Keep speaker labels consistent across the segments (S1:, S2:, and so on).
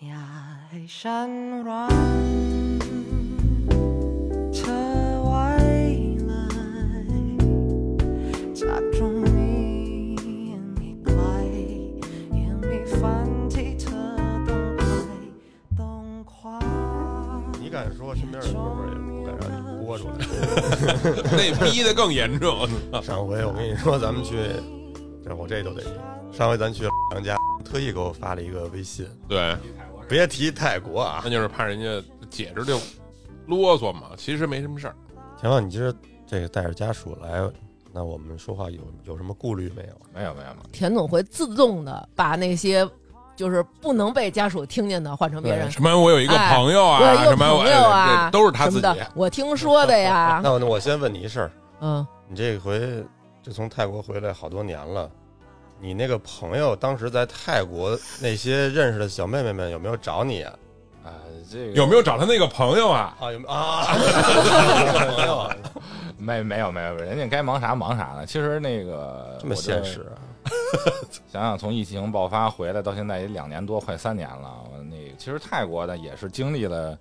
S1: ให้ฉันรักเธอไว้เลย จากตรงนี้ยังอีกไกล ยังมีฝันที่เธอต้องไปต้องคว้า
S2: 你敢说身边有哥们儿也不敢让你播出来。
S3: 那逼的更严重。
S2: 上回我跟你说，咱们去，这我这都得。上回咱去梁家，特意给我发了一个微信，
S3: 对，
S2: 别提泰国啊
S3: 那。就是怕人家解释就啰嗦嘛，其实没什么事儿。
S2: 强强，你今儿这个带着家属来，那我们说话有有什么顾虑没有？
S4: 没有没有没有，
S5: 田总会自动的把那些就是不能被家属听见的换成别人。
S3: 什么我有一个
S5: 哎
S3: 朋友啊，
S5: 我有一
S3: 什
S5: 个
S3: 么我哎
S5: 朋友啊，
S3: 这都是他自己
S5: 什么。的，我听说的呀。
S2: 那我我先问你一事儿，
S5: 嗯，
S2: 你这回这从泰国回来好多年了，你那个朋友当时在泰国那些认识的小妹妹们有没有找你啊？
S4: 啊，这个
S3: 有没有找他那个朋友啊？
S2: 啊，有啊，朋友啊
S4: 没没有没有，人家该忙啥忙啥呢。其实那个
S2: 这么现实，啊？
S4: 想想从疫情爆发回来到现在也两年多，快三年了。我那个其实泰国呢也是经历了，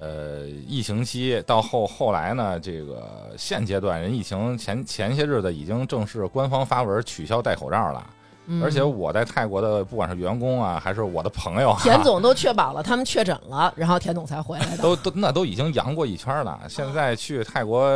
S4: 呃，疫情期到后后来呢，这个现阶段人疫情前前些日子已经正式官方发文取消戴口罩了。
S5: 嗯
S4: 而且我在泰国的不管是员工啊，还是我的朋友、啊，
S5: 田总都确保了他们确诊了，然后田总才回来的。
S4: 都都那都已经阳过一圈了。现在去泰国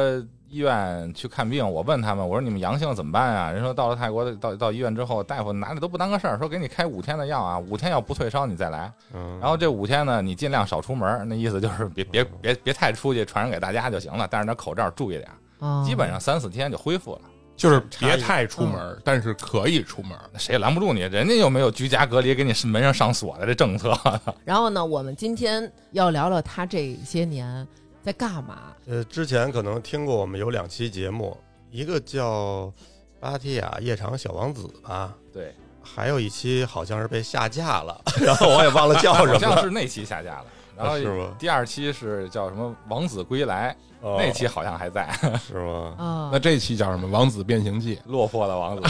S4: 医院去看病，我问他们，我说你们阳性怎么办啊？人说到了泰国的到到医院之后，大夫拿着都不当个事儿，说给你开五天的药啊，五天要不退烧你再来。
S2: 嗯，
S4: 然后这五天呢，你尽量少出门，那意思就是别别别别太出去传染给大家就行了。但是呢，口罩注意点儿，
S5: 哦
S4: 基本上三四天就恢复了。
S3: 就是别太
S5: 嗯
S3: 出门，但是可以出门。
S4: 那谁也拦不住你，人家又没有居家隔离，给你门上上锁的这政策。
S5: 然后呢，我们今天要聊聊他这些年在干嘛。
S2: 呃，之前可能听过我们有两期节目，一个叫《芭提雅夜场小王子》吧，
S4: 对，
S2: 还有一期好像是被下架了， 然后我也忘了叫
S4: 好
S2: 什么
S4: 像
S2: 了。
S4: 是那期下架了。然后
S2: 啊是吗
S4: 第二期是叫什么《王子归来》，
S2: 哦
S4: 那期好像还在，
S2: 是吗？
S5: 啊、
S3: 那这期叫什么？《王子变形记
S4: 落魄的王子。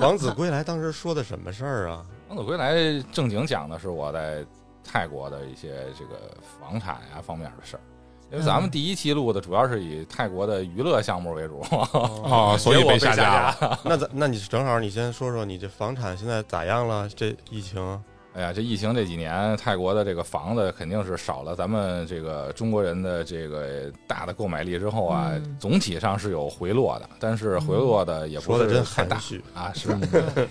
S2: 王子归来当时说的什么事儿啊？
S4: 王子归来正经讲的是我在泰国的一些这个房产呀、方面的事儿，
S5: 嗯
S4: 因为咱们第一期录的主要是以泰国的娱乐项目为主，》
S3: 哦，所以
S4: 哎结果被
S3: 下
S4: 架
S3: 了。。
S2: 那咱那你正好，你先说说你这房产现在咋样了？这疫情
S4: 哎呀，这疫情这几年，泰国的这个房子肯定是少了咱们这个中国人的这个大的购买力之后啊，
S5: 嗯
S4: 总体上是有回落的，但是回落的也
S2: 说
S4: 不
S2: 的
S4: 是
S2: 真
S4: 太
S2: 含
S4: 大
S2: 蓄，
S4: 啊， 是。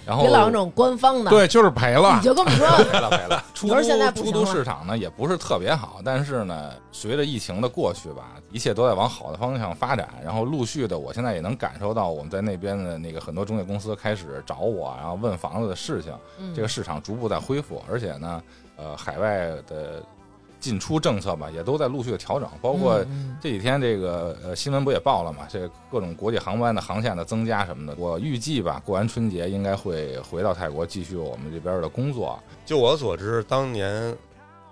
S4: 然后
S5: 别老用这种官方的，
S3: 对，就是赔了
S5: 你。就跟我们说，
S4: 赔了赔 了。出
S5: 你说
S4: 租
S5: 现在不
S4: 出
S5: 行
S4: 租
S5: 了
S4: 市场呢也不是特别好，但是呢，随着疫情的过去吧，一切都在往好的方向发展。然后陆续的，我现在也能感受到我们在那边的那个很多中介公司开始找我，啊然后问房子的事情。
S5: 嗯
S4: 这个市场逐步在恢复，而且呢，呃，海外的进出政策吧也都在陆续的调整，包括、
S5: 嗯
S4: 这几天这个呃新闻不也报了嘛？这各种国际航班的航线的增加什么的，我预计吧，过完春节应该会回到泰国继续我们这边的工作。
S2: 就我所知，当年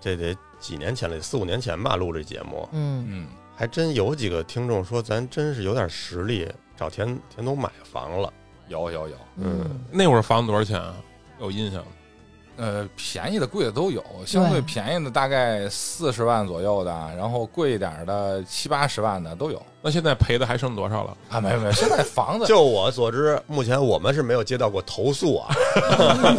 S2: 这得几年前了，四五年前吧，录这节目，
S5: 嗯，
S4: 嗯，
S2: 还真有几个听众说咱真是有点实力，找田田总买房了。
S4: 有有有，
S5: 嗯
S3: 那会儿房子多少钱啊？有印象吗？
S4: 呃，便宜的贵的都有，相对
S5: 对
S4: 便宜的大概四十万左右的，然后贵一点的七八十万的都有
S3: 那现在赔的还剩多少了？
S4: 啊。没有没有，现在房子
S2: 就我所知，目前我们是没有接到过投诉啊。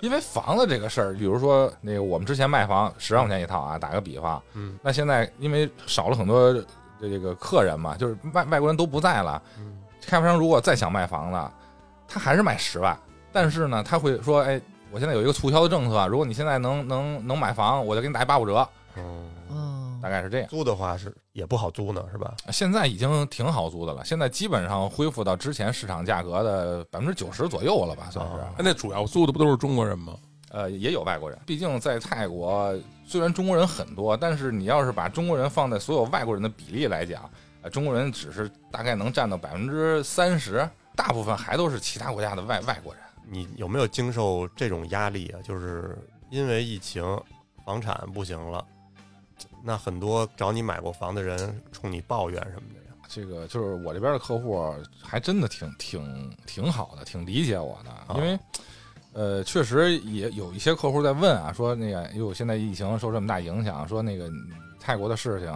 S4: 因为房子这个事儿，比如说那个我们之前卖房十万块钱一套啊，打个比方，
S2: 嗯，
S4: 那现在因为少了很多这这个客人嘛，就是外外国人都不在了，
S2: 嗯
S4: 开发商如果再想卖房子，他还是卖十万，但是呢，他会说，哎，我现在有一个促销的政策，如果你现在能能能买房，我就给你打一八五折，
S5: 嗯
S4: 大概是这样。
S2: 租的话是也不好租呢，是吧？
S4: 现在已经挺好租的了，现在基本上恢复到之前市场价格的百分之九十左右了吧，算是。
S2: 哦
S3: 哎那主要租的不都是中国人吗？
S4: 呃，也有外国人。毕竟在泰国，虽然中国人很多，但是你要是把中国人放在所有外国人的比例来讲，呃，中国人只是大概能占到百分之三十，大部分还都是其他国家的外外国人。
S2: 你有没有经受这种压力啊？就是因为疫情，房产不行了，那很多找你买过房的人冲你抱怨什么的呀？
S4: 这个就是我这边的客户，还真的挺挺挺好的，挺理解我的，
S2: 啊
S4: 因为呃，确实也有一些客户在问啊，说那个，哎呦，现在疫情受这么大影响，说那个泰国的事情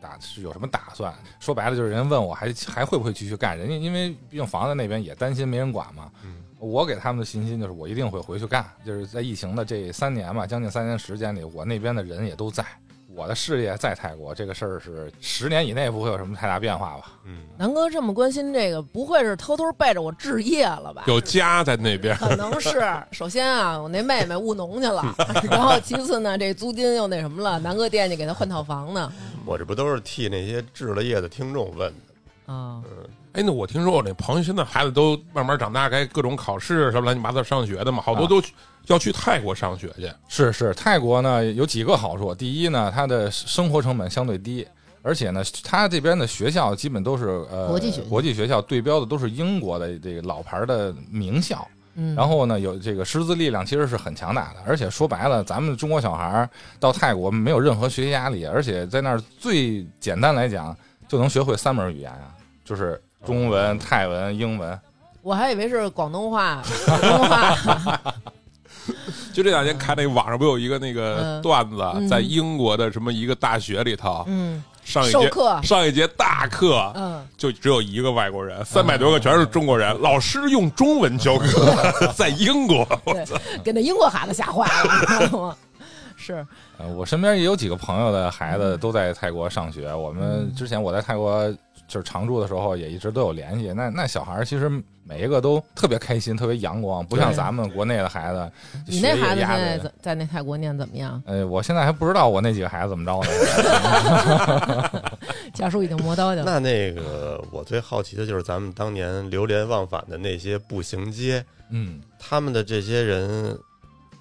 S4: 打是有什么打算？说白了就是人家问我还还会不会继续干，人家因为毕竟房子那边也担心没人管嘛。
S2: 嗯
S4: 我给他们的信心就是我一定会回去干，就是在疫情的这三年吧，将近三年时间里，我那边的人也都在，我的事业在泰国，这个事儿是十年以内不会有什么太大变化吧。
S2: 嗯，
S5: 南哥这么关心这个，不会是偷偷背着我置业了吧？
S3: 有家在那边，
S5: 可能是，首先啊，我那妹妹务农去了， 然后其次呢，这租金又那什么了，南哥惦记给她换套房呢。
S2: 我这不都是替那些置了业的听众问的？
S5: 啊，
S3: 哎，那我听说我那朋友现在孩子都慢慢长大，该各种考试什么乱七八糟上学的嘛，好多
S4: 啊
S3: 都去要去泰国上学去。
S4: 是是，泰国呢有几个好处，第一呢，它的生活成本相对低，而且呢，它这边的学校基本都是呃
S5: 国际学校
S4: 国际学校对标的都是英国的这个老牌的名校，
S5: 嗯，
S4: 然后呢，有这个师资力量其实是很强大的，而且说白了，咱们中国小孩儿到泰国没有任何学习压力，而且在那儿最简单来讲就能学会三门语言啊，就是中文、泰文、英文。
S5: 我还以为是广东话，普通话，
S3: 就这两天看那网上不有一个那个
S5: 嗯
S3: 段子，啊
S5: 嗯
S3: 在英国的什么一个大学里头，
S5: 嗯，
S3: 上一
S5: 授
S3: 节
S5: 课，
S3: 上一节大课
S5: 嗯，
S3: 就只有一个外国人，三百多个全是中国人，老师用中文教 课，在英国。
S5: 给那英国孩子吓坏了，你知道吗？ 是，
S4: 呃，我身边也有几个朋友的孩
S5: 嗯
S4: 子都在泰国上学，我们之前我在泰国就是常住的时候也一直都有联系。那那小孩儿其实每一个都特别开心，特别阳光，不像
S5: 对
S4: 咱们国内的孩子，
S5: 你那
S4: 学业
S5: 孩子现
S4: 压
S5: 在
S4: 力
S5: 在在那泰国念怎么样？
S4: 呃，我现在还不知道我那几个孩子怎么着呢。
S5: 家属已经磨刀去了，
S2: 那那个我最好奇的就是咱们当年流连忘返的那些步行街，
S4: 嗯，
S2: 他们的这些人，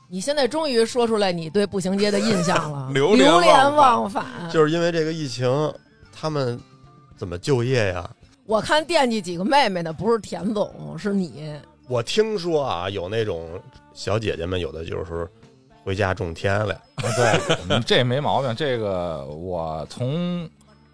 S5: 你现在终于说出来你对步行街的印象了，
S3: 流连
S5: 连
S3: 忘返
S5: 忘返，
S2: 就是因为这个疫情，他们怎么就业呀？
S5: 我看惦记几个妹妹的不是田总，是你。
S2: 我听说啊，有那种小姐姐们，有的就是回家种田了，
S4: 啊对，嗯这没毛病。这个我从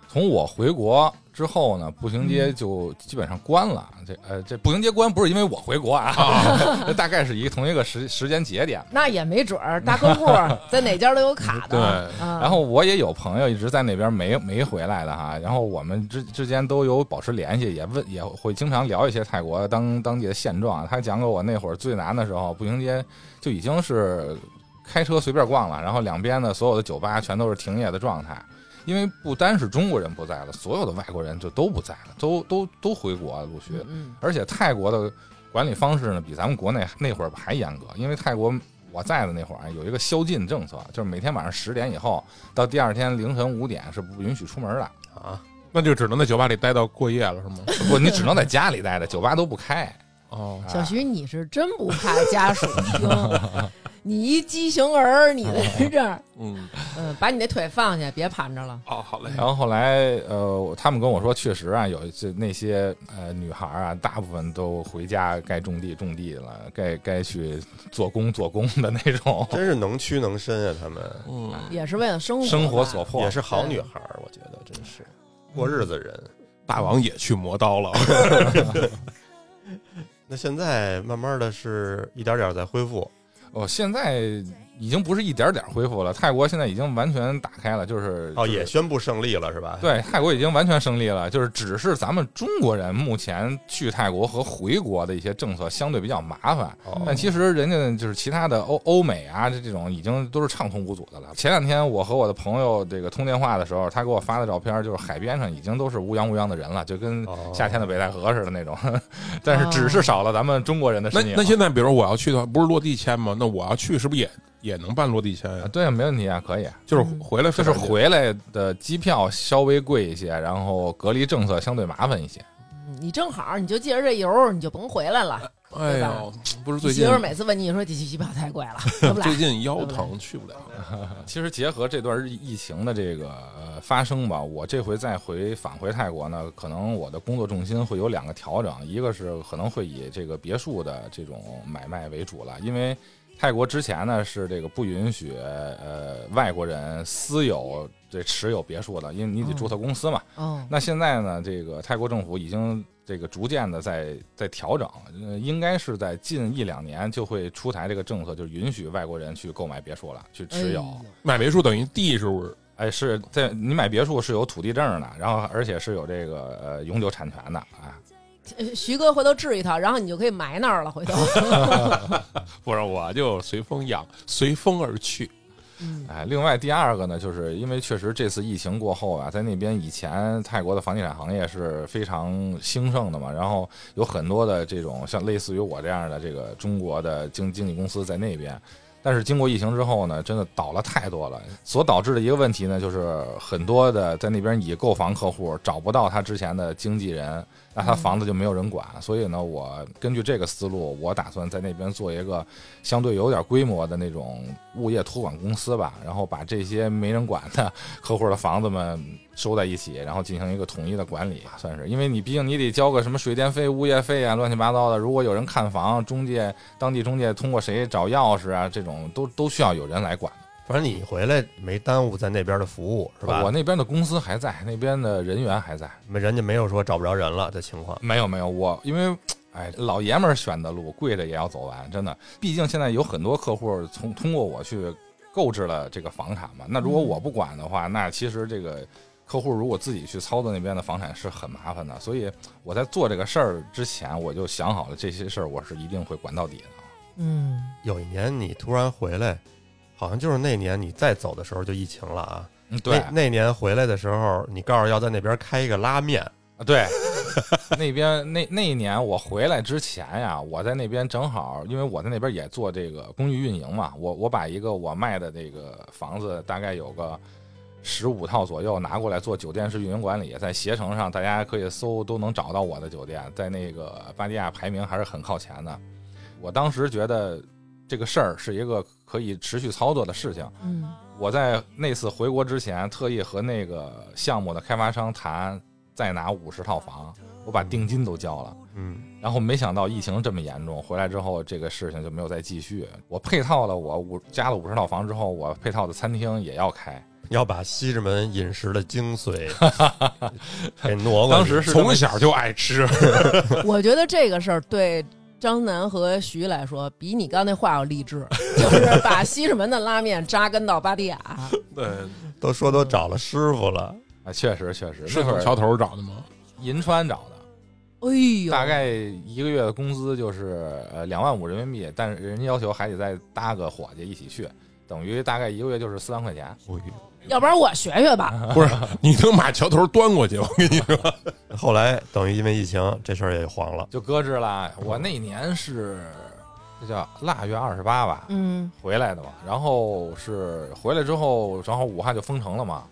S4: 从我回国之后呢，步行
S5: 嗯
S4: 街就基本上关了。这呃，这步行街关不是因为我回国啊，
S5: 哦
S4: 大概是一个同一个时时间节点。
S5: 那也没准儿，大客户 在哪家都有卡的。
S3: 对
S5: 啊、
S4: 然后我也有朋友一直在那边没没回来的哈，然后我们之之间都有保持联系，也问也会经常聊一些泰国当当地的现状。啊他讲给我那会儿最难的时候，步行街就已经是开车随便逛了，然后两边的所有的酒吧全都是停业的状态，因为不单是中国人不在了，所有的外国人就都不在了，都都都回国了陆续。
S5: 嗯，嗯
S4: 而且泰国的管理方式呢，比咱们国内那会儿还严格，因为泰国我在的那会儿啊，有一个宵禁政策，就是每天晚上十点以后到第二天凌晨五点是不允许出门的，
S2: 啊，
S3: 那就只能在酒吧里待到过夜了，是吗？
S4: 不，你只能在家里待着，酒吧都不开。
S3: 哦，
S4: 啊
S5: 小徐，你是真不怕家属听？ 你一畸形儿，你在这儿，
S3: 嗯，
S5: 嗯，把你那腿放下，别盘着了。
S3: 哦，好嘞
S4: 然后后来，呃，他们跟我说，确实啊，有这那些呃女孩啊，大部分都回家该种地种地了，该该去做工做工的那种，
S2: 真是能屈能伸啊！他们
S3: 嗯，
S5: 也是为了生活吧，
S4: 生活所迫
S2: 也是好女孩儿，我觉得真是过日子人。
S3: 大王也去磨刀了。啊
S2: 那现在慢慢的是一点点儿在恢复，
S4: 哦，现在已经不是一点点恢复了，泰国现在已经完全打开了，就是
S2: 哦，
S4: 就是
S2: 也宣布胜利了是吧？，
S4: 对，泰国已经完全胜利了，就是只是咱们中国人目前去泰国和回国的一些政策相对比较麻烦，
S2: 哦
S4: 但，其实人家就是其他的欧欧美啊，这这种已经都是畅通无阻的了。前两天我和我的朋友这个通电话的时候，他给我发的照片，就是海边上已经都是乌泱乌泱的人了，就跟
S2: 哦
S4: 夏天的北戴河似的那种， 但是只是少了咱们中国人的
S3: 哦那
S4: 身影。
S3: 那现在，比如我要去的话，不是落地签吗？那我要去，是不是也也能办落地签
S4: 啊
S3: 呀？
S4: 对啊，没问题啊，可以。
S3: 就是
S5: 嗯
S3: 回来
S4: 就
S3: 费
S4: 是
S3: 点劲，
S4: 回来的机票稍微贵一些，然后隔离政策相对麻烦一些。
S5: 嗯你正好，你就借着这由儿，你就甭回来
S4: 啊
S5: 了。
S3: 哎
S5: 对吧
S3: 呦，不是
S5: 你
S3: 最
S5: 媳
S3: 近
S5: 妇儿每次问你，你说这机票太贵了， 回不来嗯
S3: 最。近腰疼去不了。嗯
S4: 其实结合这段疫情的这个呃发生吧，我这回再回返回泰国呢，可能我的工作重心会有两个调整，一个是可能会以这个别墅的这种买卖为主了，因为泰国之前呢是这个不允许呃外国人私有这持有别墅的，因为你得注册公司嘛。
S5: 哦，
S4: 那现在呢，这个泰国政府已经这个逐渐的在在调整，呃，应该是在近一两年就会出台这个政策，就是允许外国人去购买别墅了，去持有。
S5: 哎呦
S3: 买别墅等于地是不是？
S4: 哎，是在你买别墅是有土地证的，然后而且是有这个呃永久产权的啊。
S5: 呃徐哥回头治一套，然后你就可以埋那儿了。回头，
S3: 不是，我就随风养，随风而去。
S5: 嗯
S4: 哎，另外第二个呢，就是因为确实这次疫情过后啊，在那边以前泰国的房地产行业是非常兴盛的嘛，然后有很多的这种像类似于我这样的这个中国的经经纪公司在那边。但是经过疫情之后呢，真的倒了太多了，所导致的一个问题呢，就是很多的在那边已购房客户找不到他之前的经纪人，那他房子就没有人管。所以呢，我根据这个思路，我打算在那边做一个相对有点规模的那种物业托管公司吧，然后把这些没人管的 客户的房子们收在一起，然后进行一个统一的管理，算是，因为你毕竟你得交个什么水电费、物业费啊，乱七八糟的。如果有人看房，中介、当地中介通过谁找钥匙啊，这种都都需要有人来管。
S2: 反正你回来没耽误在那边的服务是吧？
S4: 我那边的公司还在，那边的人员还在。
S2: 没人家没有说找不着人了的情况。
S4: 没有没有，我因为哎，老爷们儿选的路，跪着也要走完，真的。毕竟现在有很多客户从通过我去购置了这个房产嘛。那如果我不管的话，那其实这个客户如果自己去操作那边的房产是很麻烦的。所以我在做这个事儿之前，我就想好了这些事儿，我是一定会管到底的。
S5: 嗯，
S2: 有一年你突然回来，好像就是那年你再走的时候就疫情了啊。
S4: 嗯，对
S2: 那，那年回来的时候，你告诉要在那边开一个拉面，
S4: 啊，对，那边那那一年我回来之前呀，我在那边正好，因为我在那边也做这个公寓运营嘛，我我把一个我卖的这个房子大概有个十五套左右拿过来做酒店式运营管理，在携程上大家可以搜都能找到我的酒店，在那个巴蒂亚排名还是很靠前的。我当时觉得这个事儿是一个可以持续操作的事情。
S5: 嗯，
S4: 我在那次回国之前，特意和那个项目的开发商谈，再拿五十套房，我把定金都交了。
S2: 嗯，
S4: 然后没想到疫情这么严重，回来之后这个事情就没有再继续。我配套了我五加了五十套房之后，我配套的餐厅也要开。
S2: 要把西直门饮食的精 髓给挪过去。
S4: 当时是这么
S3: 从小就爱吃，
S5: 我觉得这个事儿对张楠和徐来说，比你刚才话要励志，就是把西直门的拉面扎根到巴蒂亚。
S3: 对，
S2: 都说都找了师傅了，
S4: 啊，确实确实，
S3: 是
S4: 那会
S3: 从桥
S4: 儿
S3: 头找的吗？
S4: 银川找 的。
S5: 哎呦，
S4: 大概一个月的工资就是呃两万五人民币，但是人家要求还得再搭个伙计一起去，等于大概一个月就是四万块钱。
S5: 要不然我学学吧。
S4: 啊
S3: 不是，你能把桥头端过去，我跟你说，
S2: 后来等于因为疫情，这事儿也黄了。
S4: 就搁置了。我那年是这叫腊月二十八吧，
S5: 嗯
S4: 回来的嘛。然后是回来之后，然后武汉就封城了嘛。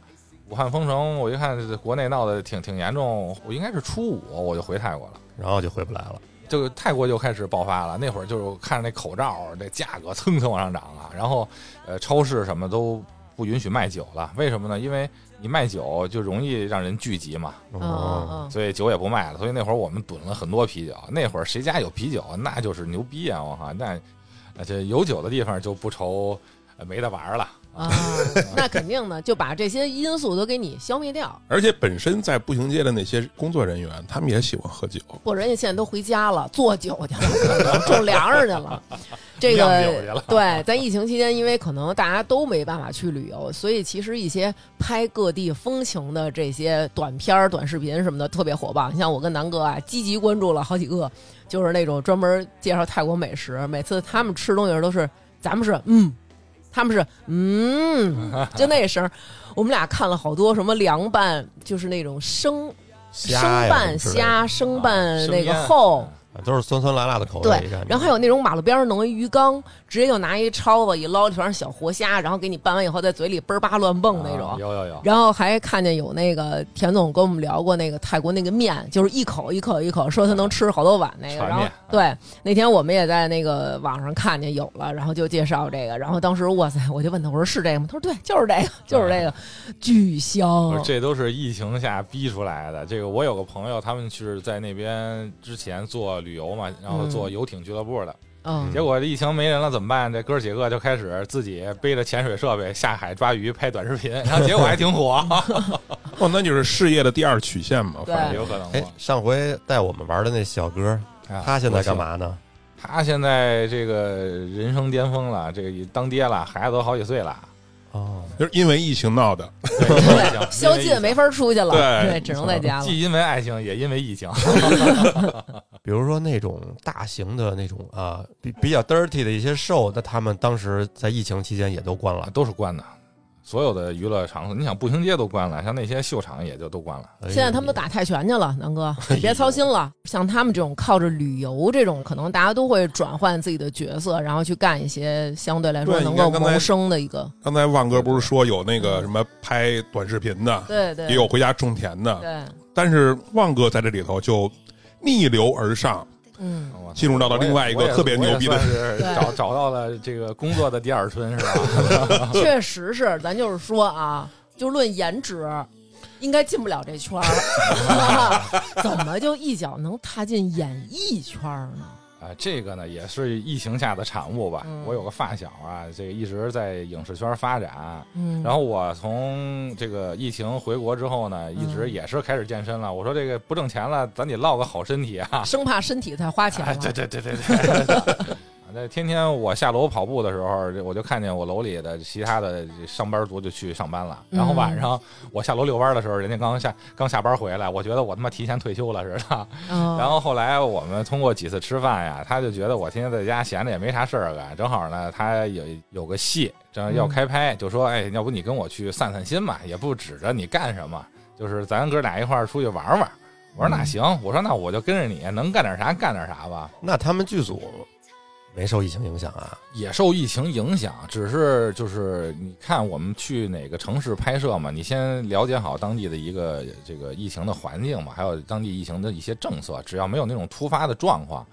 S4: 武汉封城，我一看这国内闹得挺挺严重，我应该是初五我就回泰国了。
S2: 然后就回不来了。
S4: 这个泰国就开始爆发了，那会儿就是看着那口罩这价格蹭蹭往上涨啊，然后呃超市什么都不允许卖酒了，为什么呢？因为你卖酒就容易让人聚集嘛，
S2: 嗯
S5: 啊啊啊！
S4: 所以酒也不卖了，所以那会儿我们囤了很多啤酒。那会儿谁家有啤酒，那就是牛逼啊！我靠，那呃这有酒的地方就不愁呃没得玩儿了。
S5: 啊，那肯定的，就把这些因素都给你消灭掉。
S3: 而且本身在步行街的那些工作人员，他们也喜欢喝酒，
S5: 不，人家现在都回家了，做酒去了，可能种粮食去了。这
S4: 酿酒去
S5: 个
S4: 了
S5: 对，在疫情期间，因为可能大家都没办法去旅游，所以其实一些拍各地风情的这些短片儿、短视频什么的特别火爆。你像我跟南哥啊，积极关注了好几个，就是那种专门介绍泰国美食。每次他们吃东西的时候都是，咱们是嗯，他们是嗯，就那声儿。我们俩看了好多什么凉拌，就是那种生生
S2: 呀
S5: 拌
S2: 之类的
S5: 虾、生
S4: 啊
S5: 拌
S4: 生
S5: 那个
S4: 腌嗯
S5: 后，
S2: 都是酸酸辣辣的口味。
S5: 对
S2: 感觉
S5: 然后还有那种马路边上弄一鱼缸，直接就拿一抄子一捞，全是小活虾，然后给你拌完以后在嘴里嘣儿吧乱蹦那种。
S4: 啊有有有，
S5: 然后还看见有那个田总跟我们聊过那个泰国那个面，就是一口一口一口，说他能吃好多碗那个。
S4: 船
S5: 然后
S4: 面
S5: 对，那天我们也在那个网上看见有了，然后就介绍这个。然后当时哇塞，我就问他，我说是这个吗？他说对，就是这个，就是这个，巨
S4: 不
S5: 香
S4: 是。这都是疫情下逼出来的。这个我有个朋友，他们是在那边之前做旅游嘛，然后做游艇俱乐部的，
S5: 嗯
S4: 结果这疫情没人了怎么办？这哥几个就开始自己背着潜水设备下海抓鱼拍短视频，然后结果还挺火，
S3: 哦，那就是事业的第二曲线嘛，
S5: 对
S3: 反正
S4: 有可能
S2: 哎
S4: 火。，
S2: 上回带我们玩的那小哥，
S4: 啊
S2: 他现在干？嘛呢？
S4: 他现在这个人生巅峰了，这个当爹了，孩子都好几岁了，
S2: 哦，
S3: 就是因为疫情闹的。
S5: 对，宵禁没法出去了，
S3: 对
S5: 对，只能在家了。
S4: 既因为爱情，也因为疫情。啊
S2: 比如说那种大型的那种啊，比比较 dirty 的一些 show，那他们当时在疫情期间也都关
S4: 啊
S2: 了，。
S4: 都是关的，所有的娱乐场所，你想步行街都关了，像那些秀场也就都关了。
S2: 哎呦
S5: 现在他们都打泰拳去了，南哥，
S4: 哎
S5: 你别操心了。像他们这种靠着旅游这种，可能大家都会转换自己的角色，然后去干一些相对来说
S3: 对
S5: 能
S3: 你看
S5: 够
S3: 刚才
S5: 谋生的一个。
S3: 刚才万哥不是说有那个什么拍短视频的，
S5: 对对，
S3: 也有回家种田的，
S5: 对，
S3: 但是万哥在这里头就逆流而上，
S5: 嗯，
S4: 我操
S3: 进入到了另外一
S4: 我
S3: 个
S4: 也
S3: 特别牛逼
S4: 我
S3: 的
S4: 也。算是
S5: 对
S4: 找找到了这个工作的第二春是吧？ 啊
S5: 确实是，咱就是说啊，就论颜值。应该进不了这圈 儿，怎么就一脚能踏进演艺圈儿呢？
S4: 啊，这个呢也是疫情下的产物吧
S5: 嗯。
S4: 我有个发小啊，这个一直在影视圈发展。
S5: 嗯，
S4: 然后我从这个疫情回国之后呢，一直也是开始健身了。我说这个不挣钱了，咱得落个好身体啊。
S5: 生怕身体太花钱了，
S4: 哎，对对对对对。那天天我下楼跑步的时候，这我就看见我楼里的其他的上班族就去上班了。然后晚上我下楼遛弯的时候，人家刚下刚下班回来，我觉得我他妈提前退休了似的。
S5: 嗯，
S4: 然后后来我们通过几次吃饭呀，他就觉得我天天在家闲着也没啥事儿干，正好呢他有有个戏，正要开拍，就说哎，要不你跟我去散散心吧，也不指着你干什么，就是咱哥俩一块儿出去玩玩。我说那行，我说那我就跟着你，能干点啥干点啥吧。
S2: 那他们剧组没受疫情影响啊？
S4: 也受疫情影响，只是就是你看我们去哪个城市拍摄嘛，你先了解好当地的一个这个疫情的环境嘛，还有当地疫情的一些政策，只要没有那种突发的状况，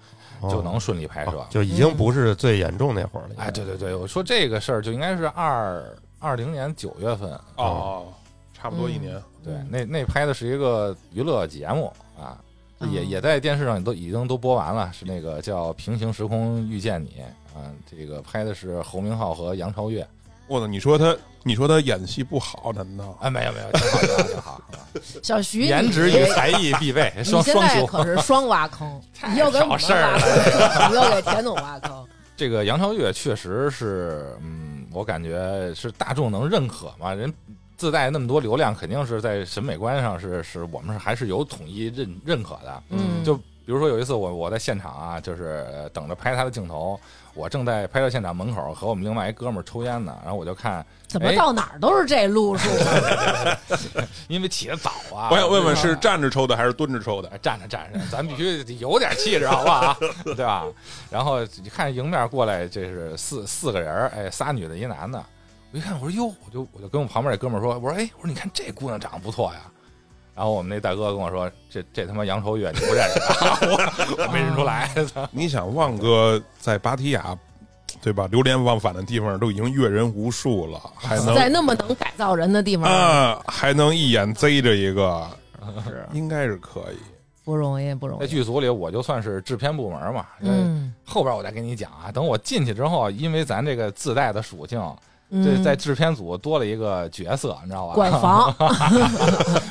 S2: 哦
S4: 就能顺利拍摄。
S2: 哦就已经不是最严重那会儿了。
S4: 哎，对对对，我说这个事儿就应该是二二零年九月份，
S3: 哦，差不多一年。
S4: 对，
S5: 嗯
S4: 那那拍的是一个娱乐节目啊，
S5: 哦
S4: 也也在电视上都已经都播完了，是那个叫《平行时空遇见你》啊，这个拍的是侯明昊和杨超越。
S3: 我操，你说他，你说他演戏不好，难道？
S4: 啊，没有没有，挺好挺好挺好。
S5: 小徐，
S4: 颜
S5: 你
S4: 值与才艺必备，双
S5: 你现
S4: 双
S5: 在
S4: 修。
S5: 可是双挖 坑，你又给我们挖
S4: 挑事儿
S5: 坑，你又给田总挖坑。
S4: 这个杨超越确实是，嗯，我感觉是大众能认可嘛，人。自带那么多流量，肯定是在审美观上是是我们是还是有统一认认可的。
S5: 嗯
S4: 就比如说有一次我我在现场啊，就是呃等着拍他的镜头，我正在拍摄现场门口和我们另外一哥们儿抽烟呢，然后我就看，
S5: 怎么到哪儿都是这路数？啊
S4: 因为起得早啊，
S3: 我想问问，是站着抽的还是蹲着抽的？
S4: 哎站着站着，咱必须得有点气质，好不好？ 对吧？然后你看迎面过来，这是四四个人儿，哎，仨女的，一男的。我一看，我说哟，我就我就跟我旁边这哥们儿说，我说哎，我说你看这姑娘长得不错呀。然后我们那大哥跟我说，这这他妈杨超越你不认识啊， 我我没认出来。
S3: 你想，旺哥在芭提雅，对吧？流连忘返的地方都已经阅人无数了，还能
S5: 啊在那么能改造人的地
S4: 嗯
S5: 方，
S3: 啊，还能一眼贼着一个，应该是可以。
S5: 不容易，不容
S4: 在
S5: 易。
S4: 剧组里，哎我就算是制片部门嘛，
S5: 嗯，
S4: 后边我再跟你讲啊。等我进去之后，因为咱这个自带的属性，这
S5: 嗯
S4: 在制片组多了一个角色，你知道吧？
S5: 管房，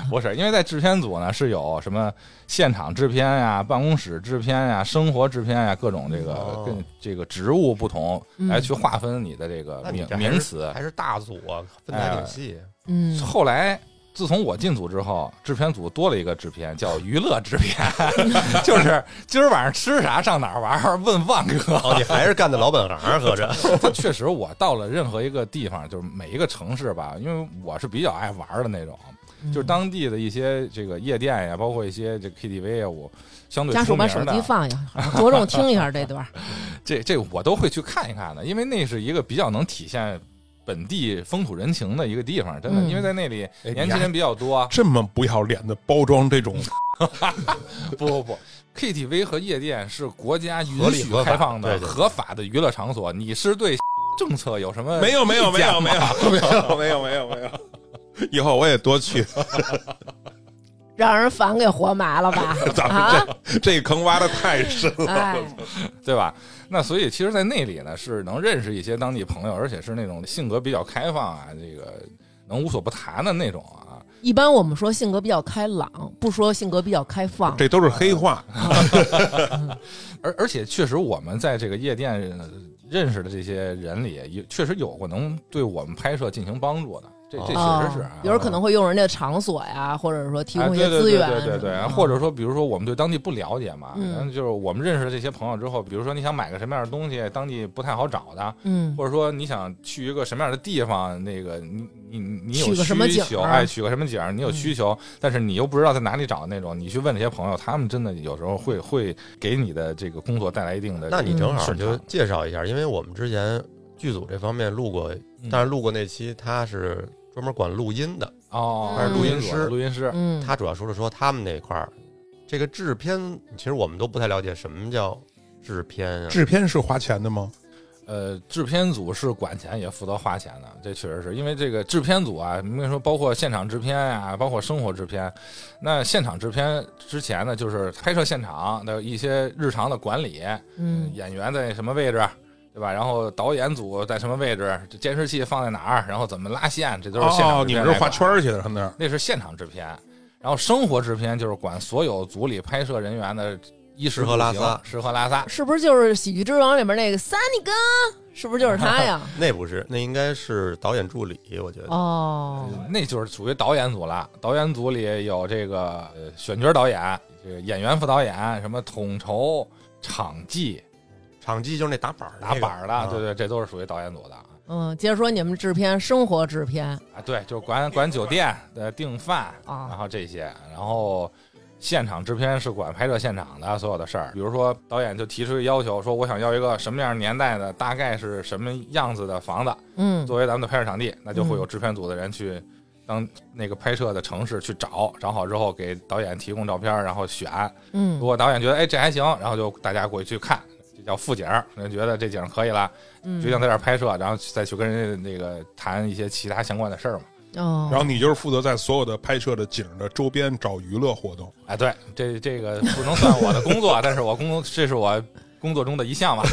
S4: 不是，因为在制片组呢是有什么现场制片呀、办公室制片呀、生活制片呀各种这个、
S2: 哦
S4: 跟这个职务不同，
S5: 嗯
S4: 来去划分你的这个
S2: 那你 这
S4: 名
S2: 还是
S4: 名词。哎
S2: 还是大组啊，分得还挺细。
S5: 嗯，
S4: 后来。自从我进组之后，制片组多了一个制片，叫娱乐制片， 就是今儿晚上吃啥、上哪儿玩儿，问万哥。
S2: 哦，你还是干的老本行，啊合着。
S4: 他 确实，我到了任何一个地方，就是每一个城市吧，因为我是比较爱玩的那种，
S5: 嗯
S4: 就是当地的一些这个夜店呀，包括一些这 KTV 呀，啊我相对
S5: 家
S4: 出
S5: 属把
S4: 名
S5: 手机
S4: 的，
S5: 放下，着重听一下这段。
S4: 这这我都会去看一看的，因为那是一个比较能体现本地风土人情的一个地方，真的，
S5: 嗯
S4: 因为在那里
S3: 哎
S4: 年轻人比较多。
S3: 这么不要脸的包装这种，
S4: 不不不，KTV 和夜店是国家
S2: 合
S4: 允
S2: 理
S4: 许
S2: 合法
S4: 开放的
S2: 对对对
S4: 合法的娱乐场所，你是对 政策有什么
S3: 没有没有没有
S4: 意见
S3: 没
S4: 吗
S3: 有 没有没有没有没有， 以后我也多去，
S5: 让人烦 给活埋了吧？啊
S3: 咱们这这坑挖的太深了。
S5: 哎，
S4: 对吧？那所以其实，在那里呢是能认识一些当地朋友，而且是那种性格比较开放啊，这个能无所不谈的那种啊。
S5: 一般我们说性格比较开朗，不说性格比较开放。
S3: 这都是黑话。
S4: 而而且确实，我们在这个夜店呃认识的这些人里，也确实有过能对我们拍摄进行帮助的，这这确
S5: 啊
S4: 实是、啊。
S5: 有人可能会用人家的场所呀，或者说提
S4: 哎
S5: 供一
S4: 对
S5: 些
S4: 对
S5: 资源
S4: 对对对对
S5: 什么的
S4: 或者说比如说我们对当地不了解嘛，
S5: 嗯
S4: 然后就是我们认识了这些朋友之后，比如说你想买个什么样的东西，当地不太好找的，
S5: 嗯，
S4: 或者说你想去一个什么样的地方，那个你你你你有
S5: 取个什么
S4: 需
S5: 景
S4: 求，
S5: 儿
S4: 哎，取个什么景儿，你有
S5: 嗯
S4: 需求，但是你又不知道在哪里找那种，你去问这些朋友，他们真的有时候会会给你的这个工作带来一定的，
S2: 那你正好
S4: 嗯
S2: 就介绍一下，因为我们之前剧组这方面录过，
S4: 嗯
S2: 但是录过那期他是专门管录音的，
S4: 哦，
S5: 还是录
S2: 音师
S4: 录音师，
S5: 嗯，
S2: 他主要说了说他们那块儿，这个制片其实我们都不太了解什么叫制片啊，
S3: 制片是花钱的吗？
S4: 呃，制片组是管钱也负责花钱的，这确实是因为这个制片组啊，你跟你说，包括现场制片啊，包括生活制片。那现场制片之前呢，就是拍摄现场的一些日常的管理，
S5: 嗯
S4: 演员在什么位置，啊对吧？然后导演组在什么位置，这监视器放在哪儿，然后怎么拉线，这都是现场、
S3: 哦，你们这画圈，儿去的，上那儿
S4: 那是现场制片。然后生活制片就是管所有组里拍摄人员的衣食
S2: 吃喝
S4: 住
S2: 拉
S4: 行
S2: 撒
S4: 吃喝拉撒。
S5: 是不是就是《喜剧之王》里面那个三尼哥？是不是就是他呀？
S2: 那不是，那应该是导演助理，我觉得。
S5: 哦，
S4: 嗯那就是属于导演组了。导演组里有这个呃选角导演、这个演员副导演、什么统筹、场记、
S2: 场记就是那打板儿那
S4: 打
S2: 个
S4: 板儿的，
S2: 啊
S4: 对对，这都是属于导演组的啊。
S5: 嗯，接着说你们制片，生活制片
S4: 啊，对，就是管管酒店的订饭，然
S5: 啊，
S4: 后这些，然后现场制片是管拍摄现场的所有的事儿，比如说导演就提出一个要求，说我想要一个什么样年代的，大概是什么样子的房子
S5: 嗯
S4: 作为咱们的拍摄场地，那就会有制片组的人去当那个拍摄的城市去找，找好之后给导演提供照片，然后选，
S5: 嗯
S4: 如果导演觉得哎这还行，然后就大家过去看。这叫副景儿，那觉得这景儿可以了，就
S5: 嗯，
S4: 想在这儿拍摄，然后再去跟人家那个谈一些其他相关的事儿嘛。
S5: 哦，
S3: 然后你就是负责在所有的拍摄的景儿的周边找娱乐活动。
S4: 哎，对，这这个不能算我的工作， 但是我工作这是我工作中的一项嘛。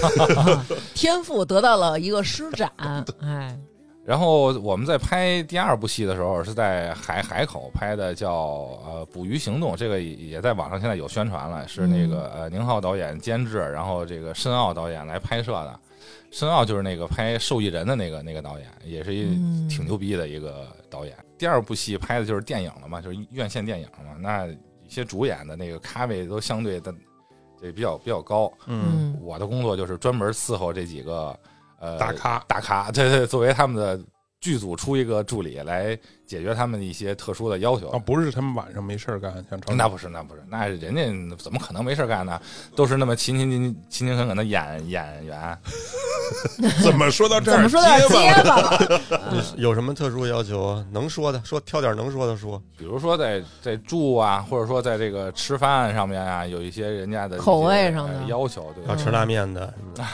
S5: 天赋得到了一个施展，哎，
S4: 然后我们在拍第二部戏的时候是在海海口拍的，叫呃《捕鱼行动》，这个也在网上现在有宣传了，是那个呃宁浩导演监制，然后这个申奥导演来拍摄的。申奥就是那个拍《受益人》的那个那个导演，也是一
S5: 嗯
S4: 挺牛逼的一个导演。第二部戏拍的就是电影了嘛，就是院线电影嘛，那一些主演的那个咖位都相对的这比较比较高。
S5: 嗯
S4: 我的工作就是专门伺候这几个呃
S3: 大咖
S4: 大咖， 对对，作为他们的剧组出一个助理来解决他们的一些特殊的要求。
S3: 啊，不是他们晚上没事儿干，想找你
S4: 那不是，那不是，那人家怎么可能没事干呢？都是那么勤勤勤勤勤恳恳的演演员。
S3: 怎么说到这
S5: 怎
S3: 儿
S5: 么说到
S3: 结
S5: 结
S3: 巴了
S5: 巴了？
S2: 有什么特殊要求啊？能说的说，挑点能说的说。
S4: 比如说在在住啊，或者说在这个吃饭上面啊，有一些人家的一些
S5: 口味上的
S4: 呃要求，
S5: 嗯
S4: 对吧
S3: 啊
S2: 要吃拉面的，嗯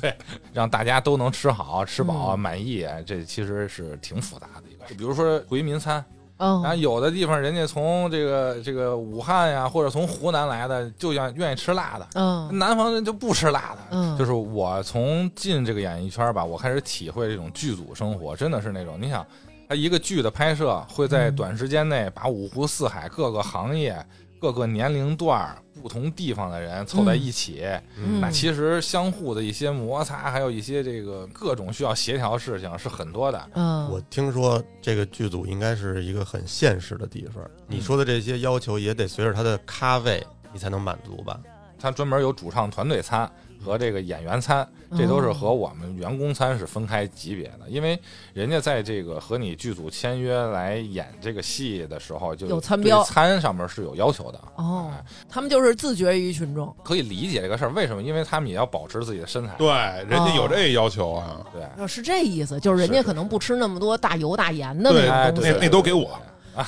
S4: 对，让大家都能吃好、吃
S5: 嗯
S4: 饱、满意，这其实是挺复杂的一个事。比如说回民餐，然后
S5: 嗯，
S4: 有的地方人家从这个这个武汉呀，或者从湖南来的，就想愿意吃辣的。
S5: 嗯，
S4: 南方人就不吃辣的，
S5: 嗯
S4: 就是我从进这个演艺圈吧，我开始体会这种剧组生活，真的是那种你想，它一个剧的拍摄会在
S5: 嗯
S4: 短时间内把五湖四海各个行业、各个年龄段儿、不同地方的人凑在一起，
S5: 嗯
S4: 那其实相互的一些摩擦，还有一些这个各种需要协调的事情是很多的。
S5: 嗯，
S2: 我听说这个剧组应该是一个很现实的地方。你说的这些要求也得随着他的咖位，你才能满足吧？
S4: 它专门有主唱团队餐和这个演员餐，这都是
S5: 哦
S4: 和我们员工餐是分开级别的，因为人家在这个和你剧组签约来演这个戏的时候，就
S5: 有餐标
S4: 对餐上面是有要求的。
S5: 哦
S4: 哎，
S5: 他们就是自觉于群众，
S4: 可以理解这个事儿，为什么？因为他们也要保持自己的身材。
S3: 对，人家有这要求啊。
S4: 对
S5: 哦是这意思，就是人
S4: 是
S5: 家
S4: 是
S5: 可能不吃那么多大油大盐的
S3: 对
S5: 那
S4: 哎
S5: 种东
S4: 对
S5: 西
S3: 那，那都给我
S5: 嗯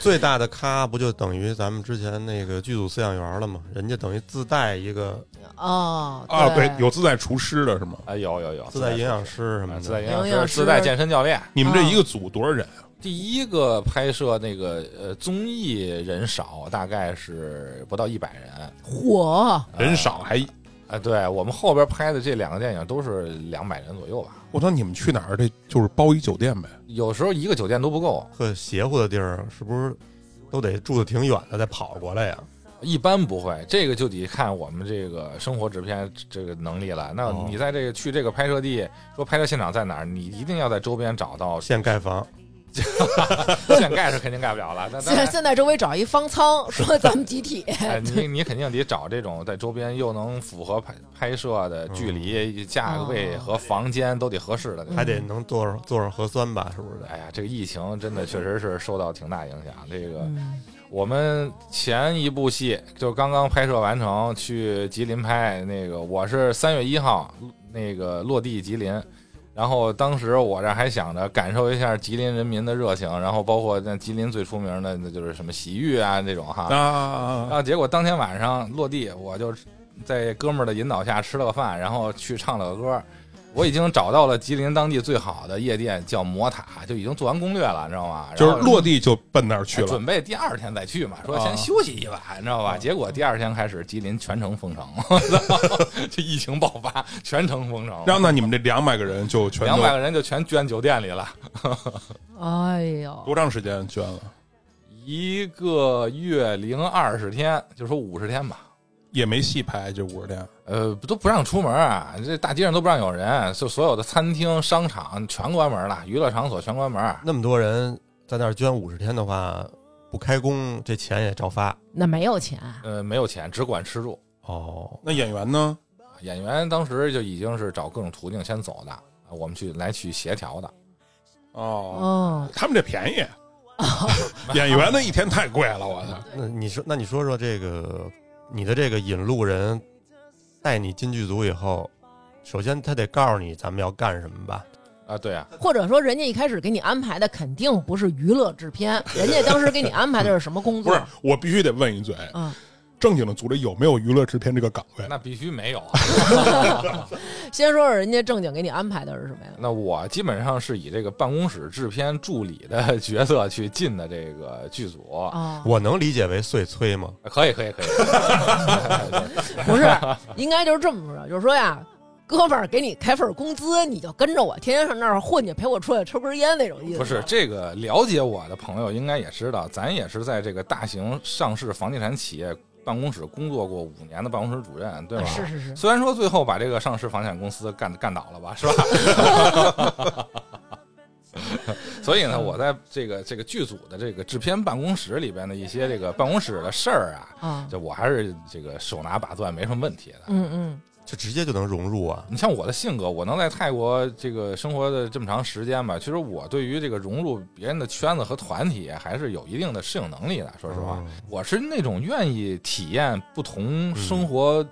S2: 最大的咖不就等于咱们之前那个剧组饲养员了吗？人家等于自带一个
S5: 哦
S3: 啊，对，有自带厨师的是吗？
S4: 啊，有有有
S2: 自带营养师什么
S4: 自带
S2: 的，
S4: 营养
S5: 营养师
S4: 自带健身教练。
S5: 嗯
S3: 你们这一个组多少人啊？
S4: 第一个拍摄那个呃综艺人少，大概是不到一百人啊、
S5: 火，
S3: 人少还
S4: 哎对我们后边拍的这两个电影都是两百人左右吧，
S3: 我操！你们去哪儿？这就是包一酒店呗。
S4: 有时候一个酒店都不够，
S2: 呵，邪乎的地儿是不是都得住的挺远的，再跑过来呀？
S4: 一般不会，这个就得看我们这个生活制片这个能力了。那
S2: 哦
S4: 你在这个去这个拍摄地，说拍摄现场在哪儿，你一定要在周边找到，
S2: 现盖房，
S4: 现盖是肯定盖不了了。那当
S5: 现
S4: 然，
S5: 现在周围找一方舱，说咱们集体，
S4: 哎你你肯定得找这种在周边又能符合拍拍摄的
S2: 嗯
S4: 距离、价位
S5: 哦
S4: 和房间都得合适的。
S2: 还得能做上做上核酸吧？是不是得？
S4: 哎呀，这个疫情真的确实是受到挺大影响。这个
S5: 嗯
S4: 我们前一部戏就刚刚拍摄完成，去吉林拍那个，我是三月一号那个落地吉林，然后当时我这还想着感受一下吉林人民的热情，然后包括那吉林最出名的那就是什么洗浴啊这种哈，然
S3: 啊，
S4: 后结果当天晚上落地，我就在哥们儿的引导下吃了个饭，然后去唱了个歌。我已经找到了吉林当地最好的夜店，叫魔塔，就已经做完攻略了，你知道吗？然
S3: 就
S4: 后
S3: 是落地就奔那儿去了。
S4: 准备第二天再去嘛，说
S3: 啊
S4: 先休息一晚，你知道吧？结果第二天开始，吉林全城封城， 我操这疫情爆发，全城封城，
S3: 然后呢，你们这两百个人就全
S4: 两
S3: 都
S4: 百个人就全捐酒店里了，
S5: 哎呦，
S3: 多长时间捐了？
S4: 一个月零二十天，就说五十天吧。
S3: 也没戏拍，这五十天。
S4: 呃，都不让出门啊！这大街上都不让有人，就所有的餐厅、商场全关门了，娱乐场所全关门。
S2: 那么多人在那儿捐五十天的话，不开工这钱也照发
S5: 那没有钱，
S4: 呃，没有钱，只管吃住。
S2: 哦。
S3: 那演员呢？
S4: 演员当时就已经是找各种途径先走的，啊我们去来去协调的。
S3: 哦，
S5: 哦，
S3: 他们这便宜。 演员那一天太贵了，我
S5: 嗯
S3: 操！
S2: 那你说，那你说说这个你的这个引路人带你进剧组以后，首先他得告诉你咱们要干什么吧？
S4: 啊，对啊，
S5: 哦或者说人家一开始给你安排的肯定不是娱乐制 片，人家当时给你安排的是什么工
S3: 不
S5: 作
S3: 是？，我必须得问一嘴，
S5: 嗯，
S3: 正经的组里有没有娱乐制片这个岗位？
S4: 那必须没有啊。
S5: 先说说人家正经给你安排的是什么呀？
S4: 那我基本上是以这个办公室制片助理的 角色去进的这个剧组。
S5: 哦，
S2: 我能理解为碎催吗？
S4: 可以，可以，可以。
S5: 不 是，应该就是这么说，就是说呀，哥们儿给你开份工资，你就跟着我，天天上那儿混去，陪我出来抽根烟那种意思。啊
S4: 不是这个了解我的朋友应该也知道，咱也是在这个大型上市房地产企业办公室工作过五年的办公室主任，对吧？
S5: 啊是是是，
S4: 虽然说最后把这个上市房地产公司干干倒了吧，是吧？ 所以呢，我在这个这个剧组的这个制片办公室里边的一些这个办公室的事儿啊，
S5: 啊，
S4: 就我还是这个手拿把攥，没什么问题的。
S5: 嗯嗯，
S2: 就直接就能融入啊？
S4: 你像我的性格，我能在泰国这个生活的这么长时间吧，其实我对于这个融入别人的圈子和团体还是有一定的适应能力的。说实话，
S2: 嗯
S4: 我是那种愿意体验不同生活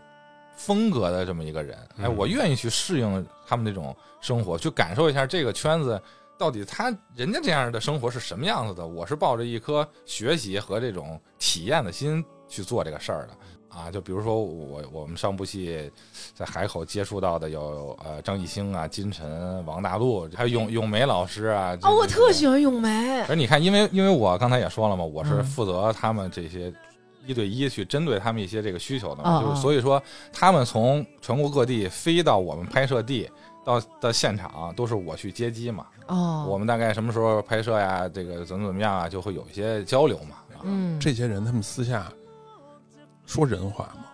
S4: 风格的这么一个人。
S2: 嗯
S4: 哎，我愿意去适应他们这种生活，去感受一下这个圈子到底他人家这样的生活是什么样子的。我是抱着一颗学习和这种体验的心去做这个事儿的。啊，就比如说我我们上部戏在海口接触到的有呃张艺兴啊、金晨、王大陆，还有咏咏梅老师啊。这
S5: 哦，我
S4: 这
S5: 特喜欢咏梅
S4: 而你看，因为因为我刚才也说了嘛，我是
S5: 嗯
S4: 负责他们这些一对一去针对他们一些这个需求的
S5: 啊
S4: 嘛，就
S5: 啊
S4: 是所以说他们从全国各地飞到我们拍摄地。到到现场都是我去接机嘛，
S5: 哦，
S4: 我们大概什么时候拍摄呀？这个怎么怎么样啊？就会有一些交流嘛，啊
S5: 嗯，
S3: 这些人他们私下说人话吗？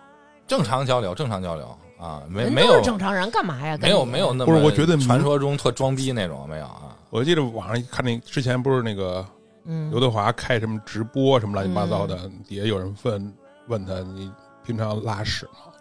S4: 正常交流，正常交流啊，没
S5: 人
S4: 没
S5: 都
S4: 有
S5: 是正常人，干嘛呀？
S4: 没有没有那么
S3: 不是我觉得明
S4: 传说中特装逼那种没有啊，
S3: 我记得网上看那之前不是那个
S5: 嗯，
S3: 刘德华开什么直播什么乱七八糟的，底下有人问问他你平常拉屎吗？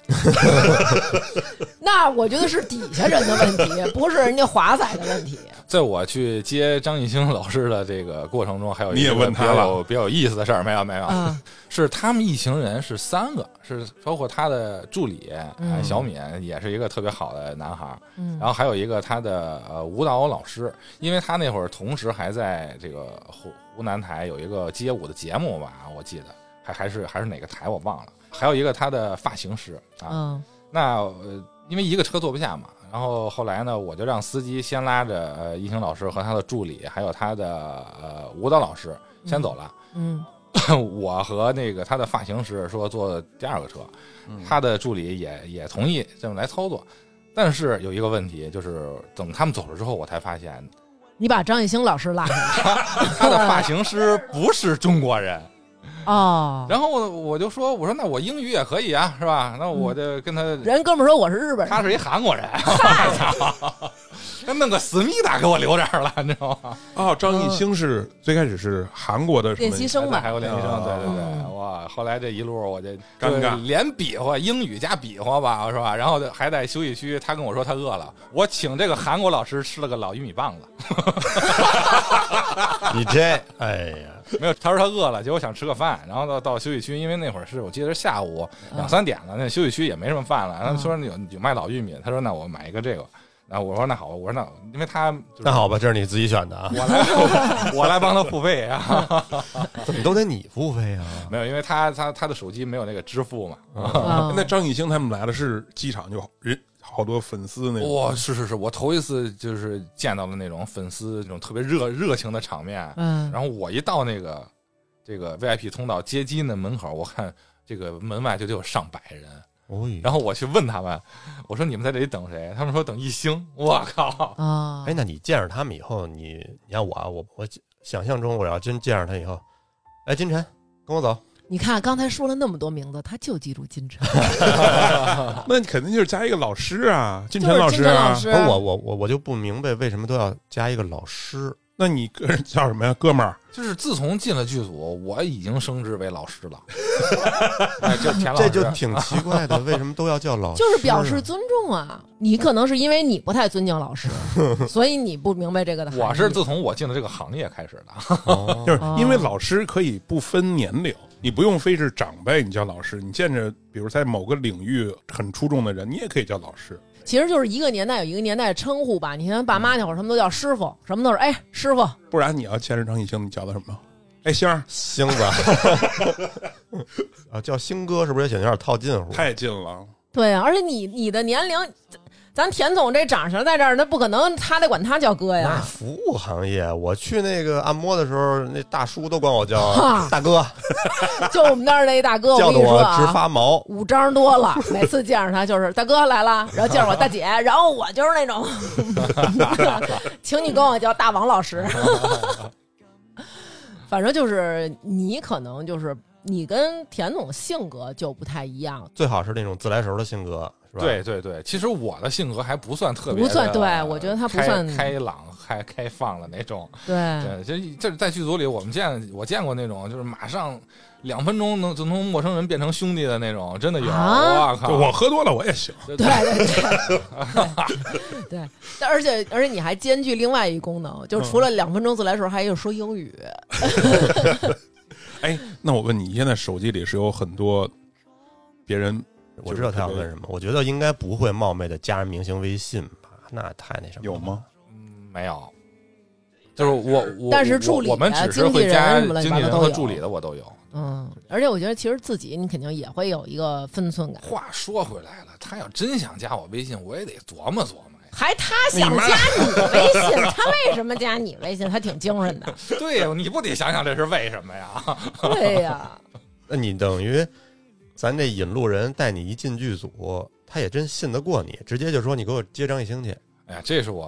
S5: 那我觉得是底下人的问题，不是人家华仔的问题。
S4: 在我去接张艺兴老师的这个过程中，还有一个
S3: 你也问他了
S4: 比较有比较有意思的事儿，没有没有，
S5: 啊
S4: 是他们一行人是三个，是包括他的助理、
S5: 嗯
S4: 呃小敏，也是一个特别好的男孩儿，
S5: 嗯
S4: 然后还有一个他的呃舞蹈老师，因为他那会儿同时还在这个湖湖南台有一个街舞的节目吧，我记得还还是还是哪个台我忘了，还有一个他的发型师啊，
S5: 嗯
S4: 那呃，因为一个车坐不下嘛，然后后来呢，我就让司机先拉着呃一行老师和他的助理，还有他的呃舞蹈老师先走了。
S5: 嗯，
S4: 我和那个他的发型师说坐第二个车，
S3: 嗯
S4: 他的助理也也同意这么来操作。但是有一个问题，就是等他们走了之后，我才发现
S5: 你把张艺兴老师拉上来
S4: 他的发型师不是中国人。
S5: 哦。
S4: 然后呢，我就说，我说那我英语也可以啊，是吧？那我就跟他，
S5: 人哥们儿说我是日本人，
S4: 他是一韩国人， 他弄个思密达给我留这儿了，你知道吗？
S3: 哦，张艺兴是最开始是韩国的什么
S5: 嗯练习生
S4: 还
S5: 吧，
S4: 有练习生，
S3: 啊
S4: 对对对，
S5: 嗯
S4: 哇！后来这一路我就
S3: 尴尬
S4: 就连比划英语加比划吧，是吧？然后就还在休息区，他跟我说他饿了，我请这个韩国老师吃了个老玉米棒子，
S2: 你这，哎呀，
S4: 没有，他说他饿了，结果想吃个饭，然后到到休息区，因为那会儿是我记得是下午两三点了，那休息区也没什么饭了。然后说有有卖老玉米，他说那我买一个这个，然后我说那好，我说那因为他就是
S2: 那好吧，这是你自己选的啊，
S4: 我来我来帮他付费啊，
S2: 怎么都得你付费啊？
S4: 没有，因为他他他的手机没有那个支付嘛。
S5: 啊
S3: 那张艺兴他们来了是机场就好人好多粉丝那种，
S4: 哇、是是是，我头一次就是见到了那种粉丝那种特别热热情的场面。
S5: 嗯，
S4: 然后我一到那个这个 VIP 通道接机那门口，我看这个门外就得有上百人。
S2: 哦
S4: 然后我去问他们，我说你们在这里等谁？他们说等一星。我靠！
S5: 啊
S2: 哎，，那你见着他们以后，你你看我啊，我我想象中我要真见着他以后，哎，金晨，跟我走，
S5: 你看刚才说了那么多名字，他就记住金晨，
S3: 那肯定就是加一个老师啊，金
S5: 就
S3: 晨
S5: 是
S3: 老
S5: 金
S3: 师
S5: 晨
S3: 啊
S5: 老。师
S2: 不是我我我我就不明白为什么都要加一个老师，
S3: 那你个人叫什么呀，哥们儿？
S4: 就是自从进了剧组，我已经升职为老师 了。哎，就田老
S2: 这
S4: 师，
S2: 就挺奇怪 的，为什么都要叫老师？啊
S5: 啊就是表示尊重啊。你可能是因为你不太尊敬老师，所以你不明白这个的含义。
S4: 我是自从我进了这个行业开始的。
S2: 哦
S3: 就是因为老师可以不分年龄，你不用非是长辈，你叫老师。你见着比如在某个领域很出众的人，你也可以叫老师。
S5: 其实就是一个年代有一个年代的称呼吧。你看爸妈那会儿，什么都叫师傅，什么都是哎师傅，
S3: 不然你要见着张艺兴，你叫他什么？哎，星儿
S2: 星子 啊，叫星哥是不是也显得有点套近乎？
S3: 太近 了，
S5: 对啊。而且你你的年龄，咱咱田总这长相在这儿，那不可能，他得管他叫哥
S2: 那
S5: 呀。
S2: 服务行业，我去那个按摩的时候，那大叔都管我
S5: 哈
S2: 叫大哥，
S5: 就我们那儿那大哥，
S2: 叫
S5: 我
S2: 的
S5: 跟你说
S2: 我
S5: 啊，
S2: 直发毛。
S5: 五张多了， 每次见着他就是大哥来了，然后见着我大姐，然后我就是那种， 请你管我叫大王老师。 反正就是你可能就是你跟田总性格就不太一样，
S2: 最好是那种自来熟的性格，是吧？
S4: 对，对对，其实我的性格还不算特别
S5: 不
S4: 的，
S5: 算对我觉得他不
S4: 开
S5: 算嗯
S4: 开朗、开开放的那种。
S5: 对
S4: 对，这这在剧组里，我们见我见过那种，就是马上两分钟能就从陌生人变成兄弟的那种，真的有。
S5: 啊
S4: 我靠！
S3: 就我喝多了我也行。
S4: 对
S5: 对对对对对，但而且而且你还兼具另外一功能，就除了两分钟自来熟，还有说英语。
S3: 哎，那我问你，现在手机里是有很多别人，
S2: 我知道他要问什么。我觉得应该不会冒昧的加人明星微信吧？那太那什么了
S3: 有吗？？
S4: 嗯没有，就是我我
S5: 但是
S4: 我
S5: 助理
S4: 我们
S5: 啊
S4: 只是
S5: 经纪
S4: 会
S5: 人
S4: 加
S5: 什么乱
S4: 经纪
S5: 七八糟
S4: 人
S5: 都
S4: 和
S5: 有
S4: 助理的我都有。
S5: 嗯，而且我觉得其实自己你肯定也会有一个分寸感。
S4: 话说回来了，他要真想加我微信，我也得琢磨琢磨呀。
S5: 还他想加你微信，他为什么加你微信？他挺精神的。
S4: 对呀，你不得想想这是为什么呀？
S5: 对 呀、
S2: 那你等于咱这引路人带你一进剧组，他也真信得过你，直接就说你给我接张艺兴去。
S4: 哎呀，这是我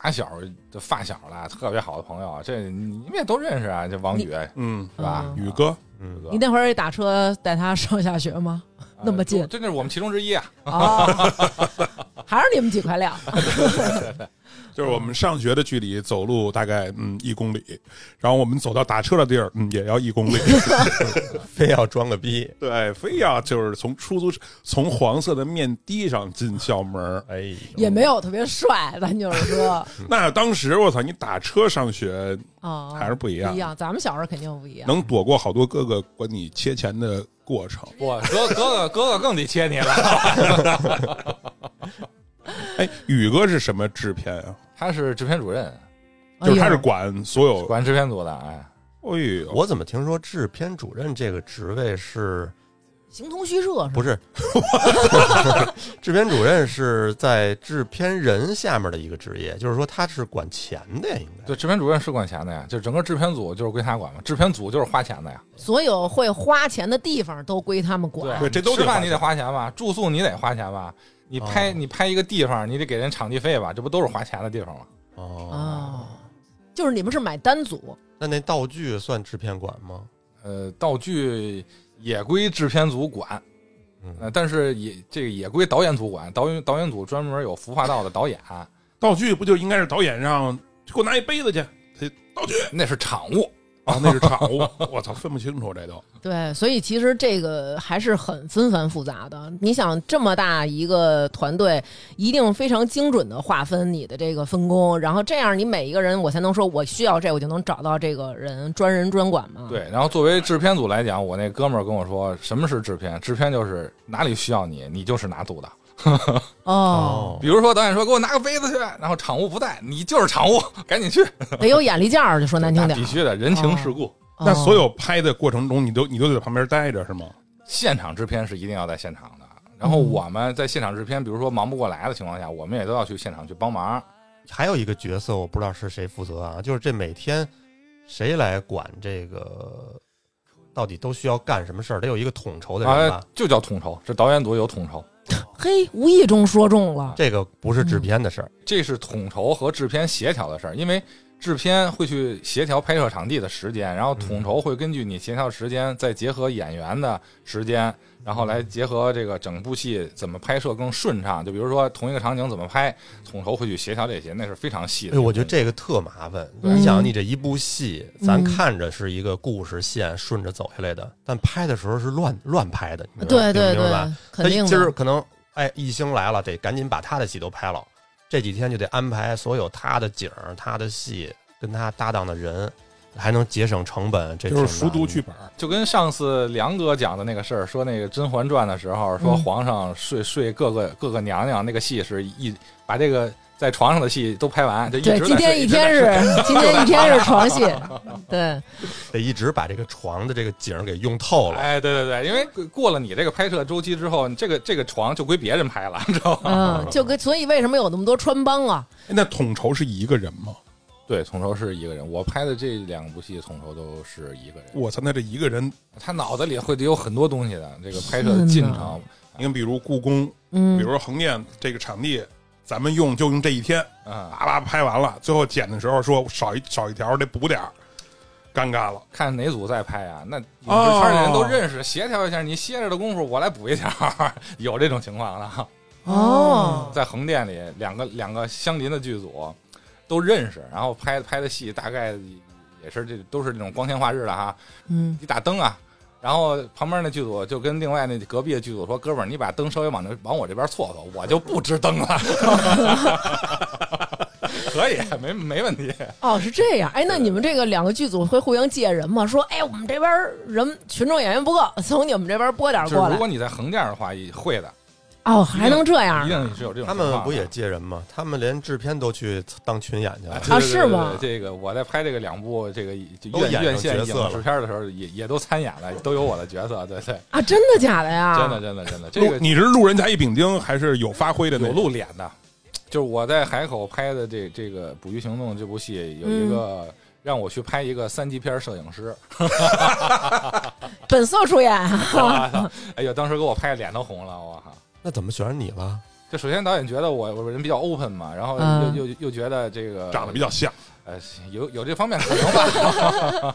S4: 打小的发小了，特别好的朋友，啊这你们也都认识啊，这王宇是
S3: 嗯，
S4: 吧？
S3: 宇哥，
S2: 嗯，
S5: 你那会儿也打车带他上下学 吗？那么近
S4: 呃对，那是我们其中之一啊。
S5: 哦，还是你们几 块料。
S3: 就是我们上学的距离，走路大概嗯一公里，然后我们走到打车的地儿，嗯也要一公里。
S2: 非要装个逼。
S3: 对，非要就是从出租车从黄色的面的上进校门儿。
S2: 哎呦，
S5: 也没有特别帅，咱就 是说，
S3: 那当时我操，你打车上学
S5: 啊，
S3: 还是不一样
S5: 不一样。咱们小时候肯定不一样。
S3: 能躲过好多哥哥管你切钱的过程。
S4: 我哥哥哥哥哥更得切你了。
S3: 哎，宇哥是什么制片啊？
S4: 他是制片主任，
S3: 就是他
S5: 哎
S3: 是
S5: 呦
S3: 管所有。
S4: 管制片组的。哎，
S3: 哎呦，
S2: 我怎么听说制片主任这个职位是
S5: 形同虚设是吧？
S2: 不是， 制片主任是在制片人下面的一个职业，就是说他是管钱的呀，应该
S4: 对，制片主任是管钱的呀，就整个制片组就是归他管嘛，制片组就是花钱的呀。
S5: 所有会花钱的地方都归他们管。
S3: 对这都得
S4: 吃
S3: 花
S4: 饭
S3: 钱
S4: 你得花钱吧，住宿你得花钱吧，你拍、
S2: 哦
S4: 你拍一个地方，你得给人场地费吧，这不都是花钱的地方吗？
S5: 哦，就是你们是买单组，
S2: 那那道具算制片管吗？
S4: 呃，道具也归制片组管，呃，
S2: 嗯，
S4: 但是也这个也归导演组管，导演导演组专门有服化道的导演，
S3: 道具不就应该是导演让给我拿一杯子去？这道具
S4: 那是场务。
S3: 啊，那是产物， 我操，分不清楚这都。
S5: 对，所以其实这个还是很纷繁复杂的。你想这么大一个团队，一定非常精准的划分你的这个分工，然后这样你每一个人，我才能说我需要这，我就能找到这个人专人专管嘛。，
S4: 对，然后作为制片组来讲，我那哥们儿跟我说，什么是制片？制片就是哪里需要你，你就是哪组的。
S5: 哦，
S4: 比如说导演说给我拿个杯子去，然后场务不在，你就是场务， 赶紧去。
S5: 得有眼力见儿，就说难听
S4: 那
S5: 点儿
S4: 必。须的，人情世故。
S5: 哦
S3: 那所有拍的过程中，你都你都得在旁边待着是吗？
S4: 现场制片是一定要在现场的。然
S5: 嗯
S4: 后我们在现场制片，比如说忙不过来的情况下，我们也都要去现场去帮忙。
S2: 还有一个角色我不知道是谁负责啊，就是这每天谁来管这个，到底都需要干什么事儿，得有一个统筹的人吧。
S4: 啊，就叫统筹，这导演组有统筹，
S5: 嘿，无意中说中了。
S2: 这个不
S5: 嗯
S2: 是制片的事儿，
S4: 这是统筹和制片协调的事儿，因为制片会去协调拍摄场地的时间，然后
S2: 嗯
S4: 统筹会根据你协调时间，再结合演员的时间，然后来结合这个整部戏怎么拍摄更顺畅。就比如说同一个场景怎么拍，统筹会去协调这些，那是非常细的。
S2: 哎，我觉得这个特麻烦。
S5: 嗯
S2: 你想，你这一部戏，咱
S5: 嗯
S2: 看着是一个故事线顺着走下来的，但拍的时候是乱乱拍的，你明白吗
S5: 对对
S2: 你明白吧
S5: 对？，肯定
S2: 他
S5: 的。
S2: 今儿可能哎，一星来了，得赶紧把他的戏都拍了。这几天就得安排所有他的景儿、他的戏、跟他搭档的人，还能节省成本。这
S3: 就是
S2: 挺
S3: 熟
S2: 难
S3: 读
S2: 的
S3: 剧本。
S4: 就跟上次梁哥讲的那个事儿，说那个《甄嬛传》的时候，说
S5: 嗯
S4: 皇上睡睡各个各个娘娘那个戏是一把这个在床上的戏都拍完，就一直
S5: 对，
S4: 在
S5: 今天
S4: 睡
S5: 一
S4: 直在
S5: 天
S4: 睡
S5: 是 今天一天是床戏，对，
S2: 得一直把这个床的这个景儿给用透了。
S4: 哎，对对对，因为过了你这个拍摄周期之后，你这个这个床就归别人拍了，你知道吗？
S5: 嗯，就跟所以为什么有那么多穿帮啊？
S3: 哎那统筹是一个人吗？
S4: 对，统筹是一个人，我拍的这两部戏统筹都是一个人，
S3: 我操，那这一个人，
S4: 他脑子里会得有很多东西的，这个拍摄的进
S5: 天哪
S4: 程，
S3: 你看，比如故宫，比
S5: 嗯
S3: 如横店这个场地，咱们用就用这一天，
S4: 啊，
S3: 叭叭拍完了，最后剪的时候说少一少一条，得补点儿，尴尬了。
S4: 看哪组在拍啊，那影视圈的人都认识，协调一下，你歇着的功夫我来补一条， 有这种情况的。
S5: 哦，
S4: 在横店里，两个两个相邻的剧组都认识，然后拍拍的戏大概也是这都是这种光天化日的哈，
S5: 嗯，
S4: 你打灯啊。然后旁边那剧组就跟另外那隔壁的剧组说：“哥们儿，你把灯稍微往那往我这边错错，我就不支灯了。” 可以，没没问题。
S5: 哦是这样，哎，那你们这个两个剧组会互相借人吗？说，哎，我们这边人群众演员不够， 从你们这边拨点儿
S4: 就是
S5: 过
S4: 如
S5: 来
S4: 果。你在横店的话，也会的，
S5: 哦，还能这样
S4: 一？定是有这种情况的。
S2: 他们不也借人吗？他们连制片都去当群演去了。
S5: 啊
S4: 对对对
S5: 是吗
S4: 对对这个我在拍这个两部这个就
S2: 都演上
S4: 院院线
S2: 角
S4: 影
S2: 色了
S4: 视片的时候，也也都参演了，都有我的角色。对对，
S5: 啊，真的假的呀？
S4: 真的。真的真的，这
S3: 路
S4: 个
S3: 你是路人甲乙丙丁，还是有发挥的那
S4: 有
S3: 种？
S4: 露脸的，就是我在海口拍的这这个《捕鱼行动》这部戏，有
S5: 嗯
S4: 一个让我去拍一个三级片摄 影师，
S5: 本色出演，
S4: 我操哎呦，当时给我拍的脸都红了，我靠！
S2: 那怎么选上你了？
S4: 就首先导演觉得我我人比较 open 嘛，然后
S5: 嗯
S4: 又又又觉得这个
S3: 长得比较像，
S4: 呃有有这方面可能吧，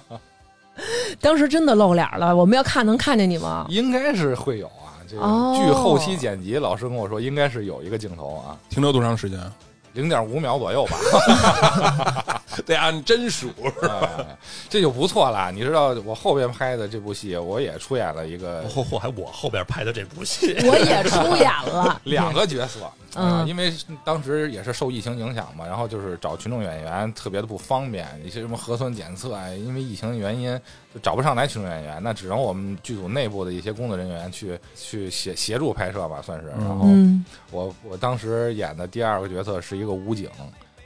S5: 当时真的露脸了。我们要看能看见你吗？
S4: 应该是会有啊。这个
S5: 哦
S4: 据后期剪辑，老师跟我说应该是有一个镜头啊，
S3: 停留多长时间啊？
S4: 零点五秒左右吧。
S3: 得按帧数。
S4: 哎这就不错了。你知道我后边拍的这部戏，我也出演了一个，
S2: 我我还我后边拍的这部戏，
S5: 我也出演了
S4: 两个角色，
S5: 嗯
S4: 啊因为当时也是受疫情影响嘛，然后就是找群众演员特别的不方便，一些什么核酸检测啊，因为疫情的原因就找不上来群众演员，那只能我们剧组内部的一些工作人员去去协协助拍摄吧，算是。
S3: 嗯
S4: 然后
S5: 嗯，
S4: 我我当时演的第二个角色是一个武警，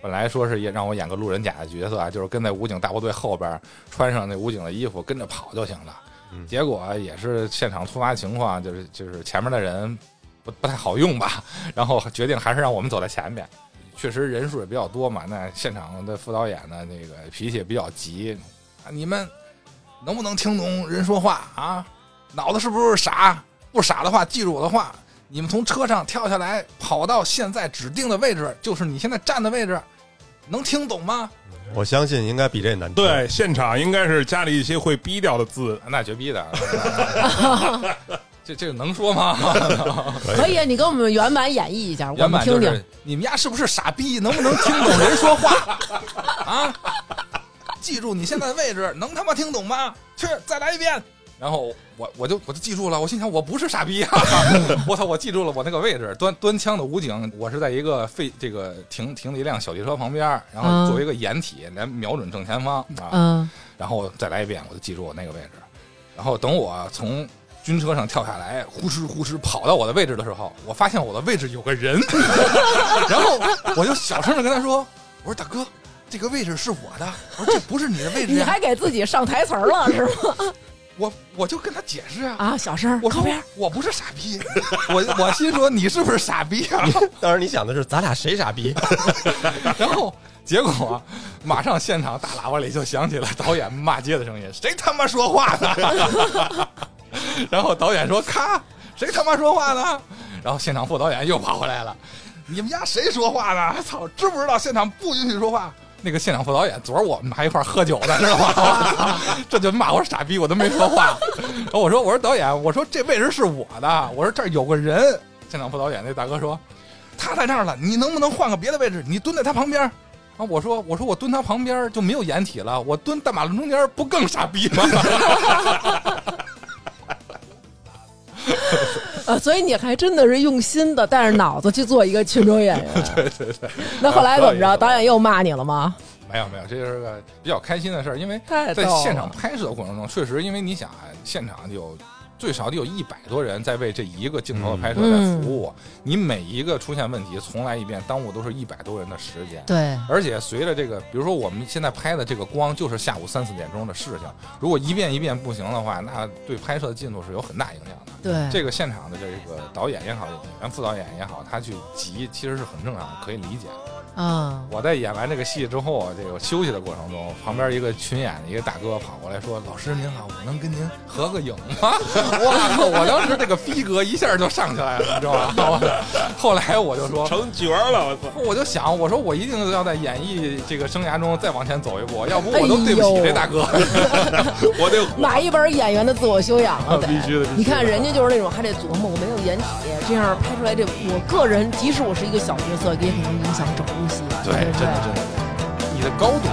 S4: 本来说是也让我演个路人甲的角色啊，就是跟在武警大部队后边，穿上那武警的衣服跟着跑就行了。
S2: 嗯
S4: 结果也是现场突发情况，就是就是前面的人不不太好用吧，然后决定还是让我们走在前面。确实人数也比较多嘛，那现场的副导演呢，那个脾气也比较急，啊你们能不能听懂人说话啊？脑子是不是傻？不傻的话，记住我的话，你们从车上跳下来，跑到现在指定的位置，就是你现在站的位置，能听懂吗？
S2: 我相信应该比这难听。
S3: 对，现场应该是加了一些会逼掉的字，
S4: 那绝逼的， 这这个能说 吗？
S5: 可以，你给我们原版演绎一下，我
S4: 原
S5: 们
S4: 版
S5: 听
S4: 就
S5: 听
S4: 是。你们家是不是傻逼？能不能听懂人 说话啊？记住你现在的位置，能他妈听懂吗？去，再来一遍。然后我我就我就记住了，我心想我不是傻 逼啊！我操，我记住了我那个位置，端端枪的武警，我是在一个废这个停停的一辆小汽车旁边，然后作为一个掩体来瞄准正前方啊。
S5: 嗯，
S4: 然后再来一遍，我就记住我那个位置。然后等我啊从军车上跳下来，呼哧呼哧跑到我的位置的时候，我发现我的位置有个人， 然后我就小声的跟他说：“我说大哥，这个位置是我的，我说这不是你的位置
S5: 你
S4: 呀、
S5: 还给自己上台词儿了是吗？
S4: 我我就跟他解释啊。
S5: 啊，小声儿，
S4: 我
S5: 靠
S4: 说
S5: 边儿。
S4: 我不是傻逼， 我我心说你是不是傻逼啊？
S2: 当时你想的是咱俩谁傻逼？
S4: 然后结果啊马上现场大喇叭里就响起了导演骂街的声音：“谁他妈说话呢？” 然后导演说：“咔，谁他妈说话呢？”然后现场副导演又跑回来了：“你们家谁说话呢？操，知不知道现场不允许说话？”那个现场副导演，昨儿我们还一块儿喝酒呢，知道吗？ 这就骂我傻逼，我都没说话。然后我说：“我说导演，我说这位置是我的，我说这儿有个人。”现场副导演那大哥说：“他在那儿了，你能不能换个别的位置？你蹲在他旁边儿。啊，我说我说我蹲他旁边儿就没有掩体了，我蹲大马路中间儿不更傻逼吗？
S5: 呃，所以你还真的是用心的带着脑子去做一个群众演员。对对对。那后来怎么着？导演又骂你了吗？
S4: 没有没有，这是个比较开心的事儿，因为
S5: 太
S4: 在
S5: 逗了
S4: 现场拍摄的过程中，确实因为你想啊，现场有最少得有一百多人在为这一个镜头的拍摄在
S5: 嗯
S4: 服务，你每一个出现问题重来一遍，耽误都是一百多人的时间。
S5: 对，
S4: 而且随着这个，比如说我们现在拍的这个光，就是下午三四点钟的事情。如果一遍一遍不行的话，那对拍摄的进度是有很大影响的。
S5: 对
S4: 这个现场的这个导演也好，演员副导演也好，他去急其实是很正常的，可以理解。
S5: 嗯，
S4: 我在演完这个戏之后，啊这个休息的过程中，旁边一个群演的一个大哥跑过来说：“老师您好，我能跟您合个影吗？” 哇靠！我当时这个逼格一下就上去来了，你知道吧？ 后来我就说：“
S3: 成角了，我操！
S4: 我就想，我说我一定要在演艺这个生涯中再往前走一步，要不我都对不
S5: 哎
S4: 起
S5: 呦
S4: 这 大哥。
S3: 我得
S5: 买一本演员的自我修养啊了，得。
S3: 必须的必须的
S5: 你看人家就是那种还得琢磨，我没有演体，这样拍出来这，我个人即使我是一个小角色，也可能影响整部戏。啊
S4: 对
S5: 对不，
S4: 真的真的，你的高 度。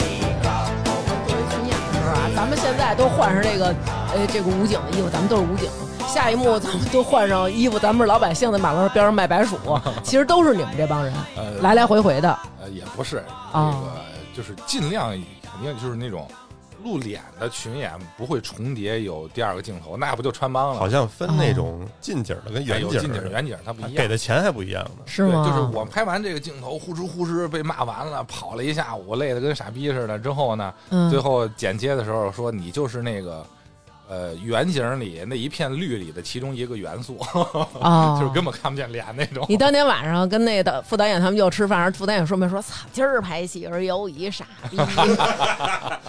S5: 作为群演的时候啊，咱们现在都换上这个，呃，这个武警的衣服，咱们都是武警。下一幕咱们都换上衣服，咱们是老百姓在马路上边上卖白薯，其实都是你们这帮人
S4: 呃
S5: 来来回回的。
S4: 呃，也不是，那
S5: 哦
S4: 个就是尽量肯定就是那种露脸的群演不会重叠有第二个镜头，那不就穿帮了？
S2: 好像分那种近景儿的跟
S4: 哎
S2: 远
S4: 有
S2: 景
S4: 近
S2: 儿
S4: 景哎
S2: 的，
S4: 远景它不一
S2: 给
S4: 样。
S2: 的钱还不一样呢。
S5: 是
S4: 对，
S5: 吗？
S4: 就是我拍完这个镜头，呼哧呼哧被骂完了，跑了一下午，累得跟傻逼似的。之后呢，
S5: 嗯
S4: 最后剪接的时候说你就是那个。呃圆景里那一片绿里的其中一个元素，
S5: 哦，
S4: 就是根本看不见脸那种。
S5: 你当天晚上跟那个副导演他们就吃饭，副导演说没说？操，今儿拍戏而有一傻 逼，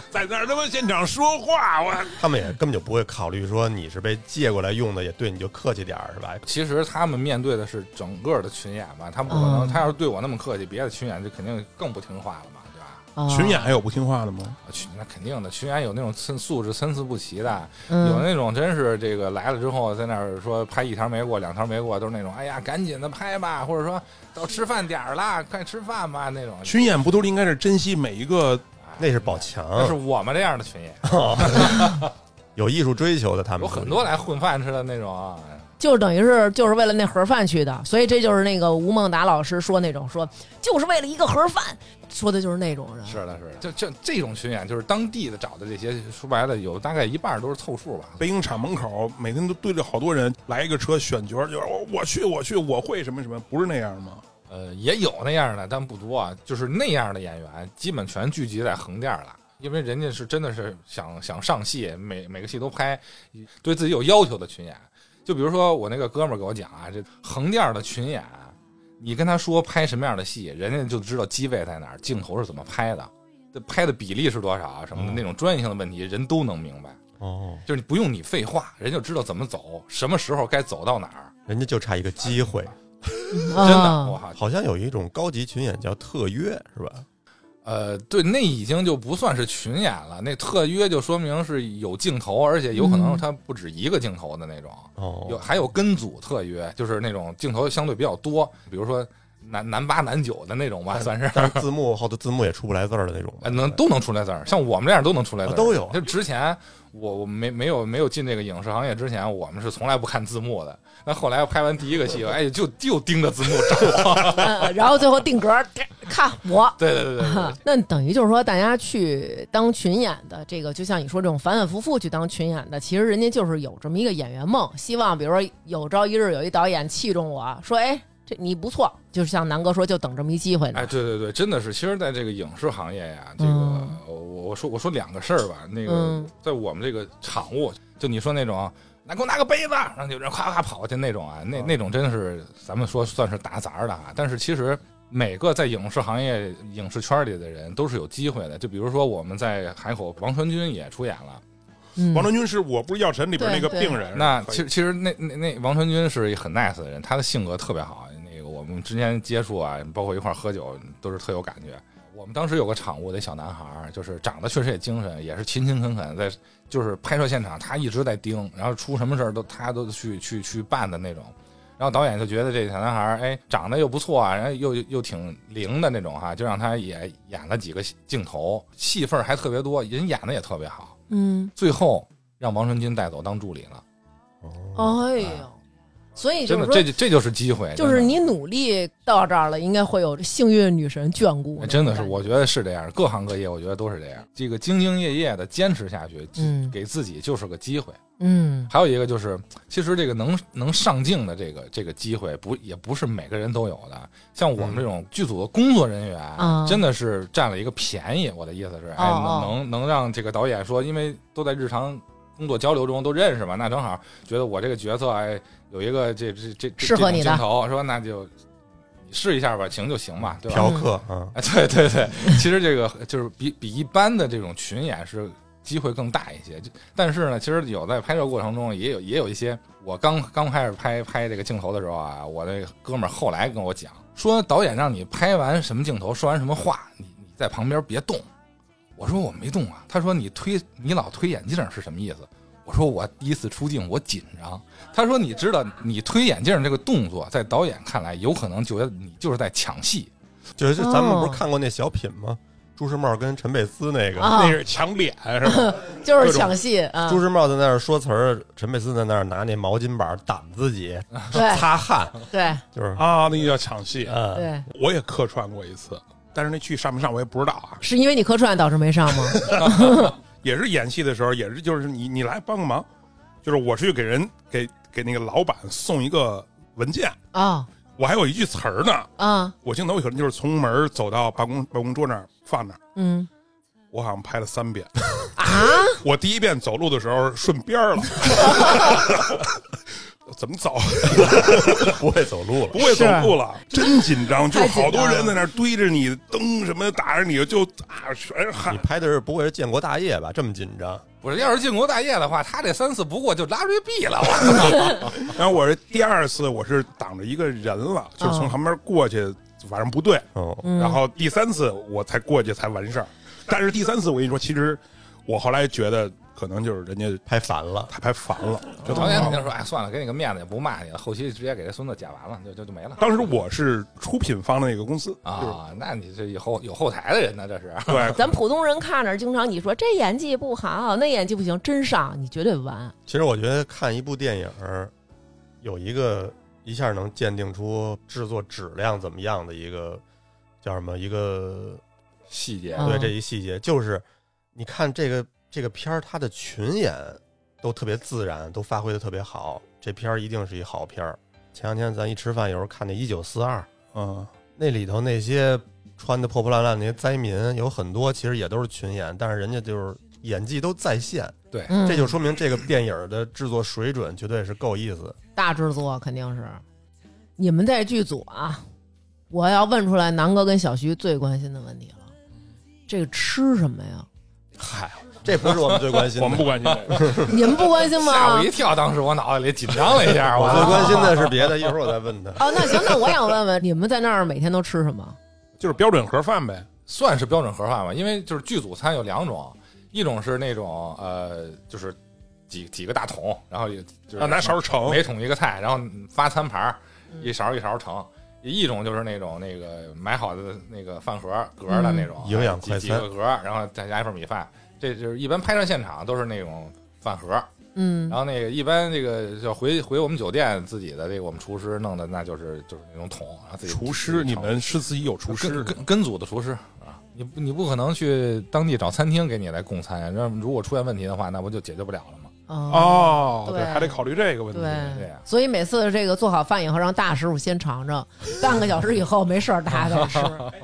S3: 在那儿他妈现场说话，我
S2: 他们也根本就不会考虑说你是被借过来用的，也对你就客气点儿是吧？
S4: 其实他们面对的是整个的群演嘛，他不可
S5: 嗯
S4: 能，他要是对我那么客气，别的群演就肯定更不听话了嘛，对吧？
S5: 哦
S3: 群演还有不听话的吗？
S4: 啊群那肯定的，群演有那种参素质参差不齐的，有
S5: 嗯
S4: 那种真是这个来了之后在那儿说拍一条没过，两条没过，都是那种哎呀赶紧的拍吧，或者说到吃饭点儿啦，快吃饭吧那种。
S3: 群演不都应该是珍惜每一个？
S2: 那是宝
S4: 那哎是
S2: 强，
S4: 我们这样的群演，
S2: 有艺术追求的，他们
S4: 有很多来混饭吃的那种啊。
S5: 就是等于是就是为了那盒饭去的，所以这就是那个吴孟达老师说那种说就是为了一个盒饭，说的就是那种人。
S4: 是的，是的，就就这种群演，就是当地的找的这些，说白了有大概一半都是凑数吧。
S3: 北影厂门口每天都堆着好多人，来一个车选角，就是我我去我去我会什么什么，不是那样吗？
S4: 呃，也有那样的，但不多啊。就是那样的演员，基本全聚集在横店了，因为人家是真的是想想上戏，每每个戏都拍，对自己有要求的群演。就比如说我那个哥们儿给我讲啊，这横店的群演，你跟他说拍什么样的戏，人家就知道机位在哪儿，镜头是怎么拍的，这拍的比例是多少，啊什么的
S2: 嗯
S4: 那种专业性的问题，人都能明白。
S2: 哦，
S4: 就是你不用你废话，人就知道怎么走，什么时候该走到哪儿。
S2: 人家就差一个机会。
S5: 真
S4: 真
S5: 啊
S4: 的，我靠，
S2: 好像有一种高级群演叫特约是吧？
S4: 呃，对，那已经就不算是群演了，那特约就说明是有镜头，而且有可能
S5: 嗯
S4: 它不止一个镜头的那种。有
S2: 哦，
S4: 还有跟组特约，就是那种镜头相对比较多，比如说男男八男九的那种
S2: 哎
S4: 吧，算是。
S2: 但是字幕后头字幕也出不来字儿的那种吧
S4: 呃，能都能出来字儿，像我们这样都能出来字儿、
S2: 啊都有
S4: 就之前我我没没有没有进这个影视行业之前，我们是从来不看字幕的。那后来拍完第一个戏，哎，就就盯着字幕找我。
S5: 嗯然后最后定格，看 我。
S4: 对对对对对，
S5: 那等于就是说，大家去当群演的这个，就像你说这种反反复复去当群演的，其实人家就是有这么一个演员梦，希望比如说有朝一日有一导演器重我说，哎，这你不错，就是像南哥说，就等这么一机会呢。
S4: 哎，对对对，真的是。其实，在这个影视行业呀，这个、
S5: 嗯
S4: 我我说我说两个事儿吧。那个、
S5: 嗯
S4: 在我们这个场务，就你说那种，来给我拿个杯子，然后有人夸夸跑过去那种啊，
S5: 嗯
S4: 那那种真是咱们说算是打杂儿的啊。但是其实每个在影视行业、影视圈里的人都是有机会的。就比如说我们在海口，王传君也出演了。
S5: 嗯
S3: 王传君是《我不是药神》里边那个
S5: 对对
S3: 病人，
S4: 那其实其实那那那王传君是一个很 nice 的人，他的性格特别好。啊那个我们之前接触啊，包括一块儿喝酒，都是特有感觉。我们当时有个场务的小男孩儿，就是长得确实也精神，也是勤勤恳恳，在就是拍摄现场他一直在盯，然后出什么事儿都他都去去去办的那种。然后导演就觉得这小男孩儿，哎，长得又不错啊，然后又又挺灵的那种哈、就让他也演了几个镜头，戏份儿还特别多，人演的也特别好。
S5: 嗯，
S4: 最后让王传君带走当助理了。
S2: 哦
S5: 哎呦
S4: 啊，
S5: 所以就
S4: 真
S5: 是
S4: 的，
S5: 说，
S4: 这就这就是机会，
S5: 就
S4: 真
S5: 是
S4: 的
S5: 你努力到这儿了，应该会有幸运女神眷顾那种
S4: 哎
S5: 感觉。
S4: 真的是，我觉得是这样，各行各业我觉得都是这样，这个兢兢业业的坚持下去，
S5: 嗯
S4: 给自己就是个机会。
S5: 嗯，
S4: 还有一个就是，其实这个能能上镜的这个这个机会不也不是每个人都有的，像我们这种剧组的工作人员，
S5: 嗯
S4: 真的是占了一个便宜。我的意思是，哎，
S5: 哦
S4: 能能能让这个导演说，因为都在日常。工作交流中都认识嘛，那正好觉得我这个角色哎有一个这这这这
S5: 适合你的
S4: 这种镜头，说那就你试一下吧，行就行嘛，对吧？
S2: 嫖客啊，
S4: 啊， 对对对，其实这个就是比比一般的这种群演是机会更大一些。就但是呢，其实有在拍摄过程中也有也有一些，我刚刚开始拍拍这个镜头的时候啊，我那哥们儿后来跟我讲说，导演让你拍完什么镜头，说完什么话，你你在旁边别动。我说我没动啊。他说你推你老推眼镜是什么意思？我说我第一次出镜，我紧张。他说你知道你推眼镜这个动作，在导演看来有可能觉得你就是在抢戏。
S2: 就是就咱们不
S5: 哦
S2: 是看过那小品吗？朱时茂跟陈佩斯那个，
S5: 啊
S3: 那，是抢脸是吧？
S5: 就是抢戏啊，
S2: 朱时茂在那儿说词儿，陈佩斯在那儿拿那毛巾板掸自己
S5: 对
S2: 擦汗，
S5: 对
S2: 就是
S3: 啊，那就叫抢戏。
S2: 嗯，
S5: 对，
S3: 我也客串过一次，但是那剧上没上我也不知道啊。
S5: 是因为你客串导致没 上吗？
S3: 也是演戏的时候，也是就是你你来帮个忙，就是我是去给人给给那个老板送一个文件，
S5: 啊
S3: 我还有一句词儿呢。
S5: 啊
S3: 我镜头有可能就是从门儿走到办公办公桌那儿放那儿，
S5: 嗯
S3: 我好像拍了三遍。
S5: 啊，
S3: 我第一遍走路的时候顺边儿了，怎么走？
S2: 不会走路了
S3: 不。会走路了，真紧张，就
S5: 啊太
S3: 好
S5: 紧张
S3: 多人在那儿堆着你，灯什么打着你，就啊全是
S2: 你
S3: 汗。
S2: 拍的是不会是建国大业吧？这么紧张，
S4: 不是，要是建国大业的话，他这三次不过就拉瑞币了。我操
S3: 然后我是第二次，我是挡着一个人了，就是
S5: 嗯
S3: 从旁边过去，反正不对。
S2: 嗯，
S3: 然后第三次我才过去才完事儿，但是第三次我跟你说，其实我后来觉得可能就是人家
S2: 拍烦了。
S3: 他拍烦了，就
S4: 导演肯定说：“哎，算了，给你个面子，也不骂你了。后期直接给这孙子剪完了，就就就没了。
S3: 当时我是出品方的那个公司，
S4: 啊，那你这以后有后台的人呢？这是
S3: 对，
S5: 咱普通人看着，经常你说这演技不好，那演技不行，真上你绝对完。
S2: 其实我觉得看一部电影儿，有一个一下能鉴定出制作质量怎么样的一个叫什么一个
S4: 细节
S5: 嗯
S2: 对这一细节，就是你看这个这个片儿，它的群演都特别自然，都发挥的特别好，这片儿一定是一好片儿。前两天咱一吃饭，有时候看那《一九四二》，
S3: 嗯，
S2: 那里头那些穿的破破烂烂那些灾民，有很多其实也都是群演，但是人家就是演技都在线，
S5: 嗯，
S2: 这就说明这个电影的制作水准绝对是够意思。
S5: 大制作肯定是。你们在剧组啊，我要问出来南哥跟小徐最关心的问题了，这个吃什么呀？
S2: 嗨，这不是我们最关心的，
S3: 我们不 关心这个，
S5: 你们不关心
S4: 吓我
S5: 吗
S4: 一？跳，当时我脑袋里紧张了 一下。
S2: 我
S4: 我
S2: 最关心的是别的，一会儿我再问他。
S5: 哦，那行，那我想问问你们在那儿每天都吃什么？
S3: 就是标准盒饭呗，
S4: 算是标准盒饭吧，因为就是剧组餐有两种，一种是那种呃，就是几几个大桶，然后也就是
S3: 啊要拿勺盛，
S4: 每桶一个菜，然后发餐盘儿，一勺一勺盛。一种就是那种那个买好的那个饭盒格儿的那种、
S2: 嗯营养
S4: 几
S2: 快餐
S4: 几个格儿，然后再加一份米饭，这就是一般拍摄现场都是那种饭盒。
S5: 嗯
S4: 然后那个一般这个就回回我们酒店自己的这个我们厨师弄的，那就是就是那种桶，然后自己
S3: 厨
S4: 自
S3: 师，
S4: 己
S3: 你
S4: 盛
S3: 们是自己有厨师
S4: 跟，跟跟组的厨师啊，你不你不可能去当地找餐厅给你来供餐，那如果出现问题的话，那不就解决不了了吗？
S5: 哦，
S3: 哦，
S5: 对
S3: 对，还得考虑这个问题。
S4: 对
S5: 对
S4: 呀，
S5: 所以每次这个做好饭以后，让大师傅先尝尝，半个小时以后没事儿大家再吃。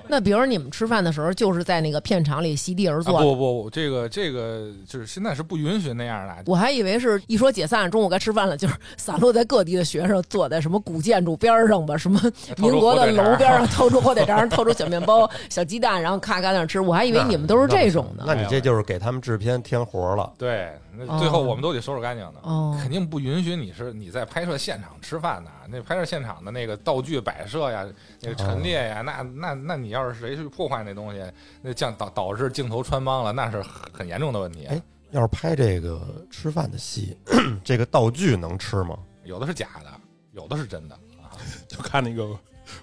S5: 那比如你们吃饭的时候，就是在那个片场里席地而
S4: 啊、
S5: 坐，
S4: 不不不，这个这个就是现在是不允许那样的。
S5: 我还以为是一说解散，中午该吃饭了，就是散落在各地的学生坐在什么古建筑边上吧，什么民国的楼边上，偷出火腿肠，偷出小面包、小鸡蛋，然后咔咔在那吃。我还以为你们都是这种
S2: 那
S5: 的。
S2: 你这就是给他们制片添活了。
S4: 对，那
S5: 哦
S4: 最后我们都得收拾干净的，
S5: 哦
S4: 肯定不允许你是你在拍摄现场吃饭的。那拍摄现场的那个道具摆设呀，那个陈列呀，那那那你要是谁去破坏那东西，那将导导致镜头穿帮了，那是很很严重的问题。
S2: 哎要是拍这个吃饭的戏， 这个道具能吃吗？
S4: 有的是假的，有的是真的啊，
S3: 就看那个《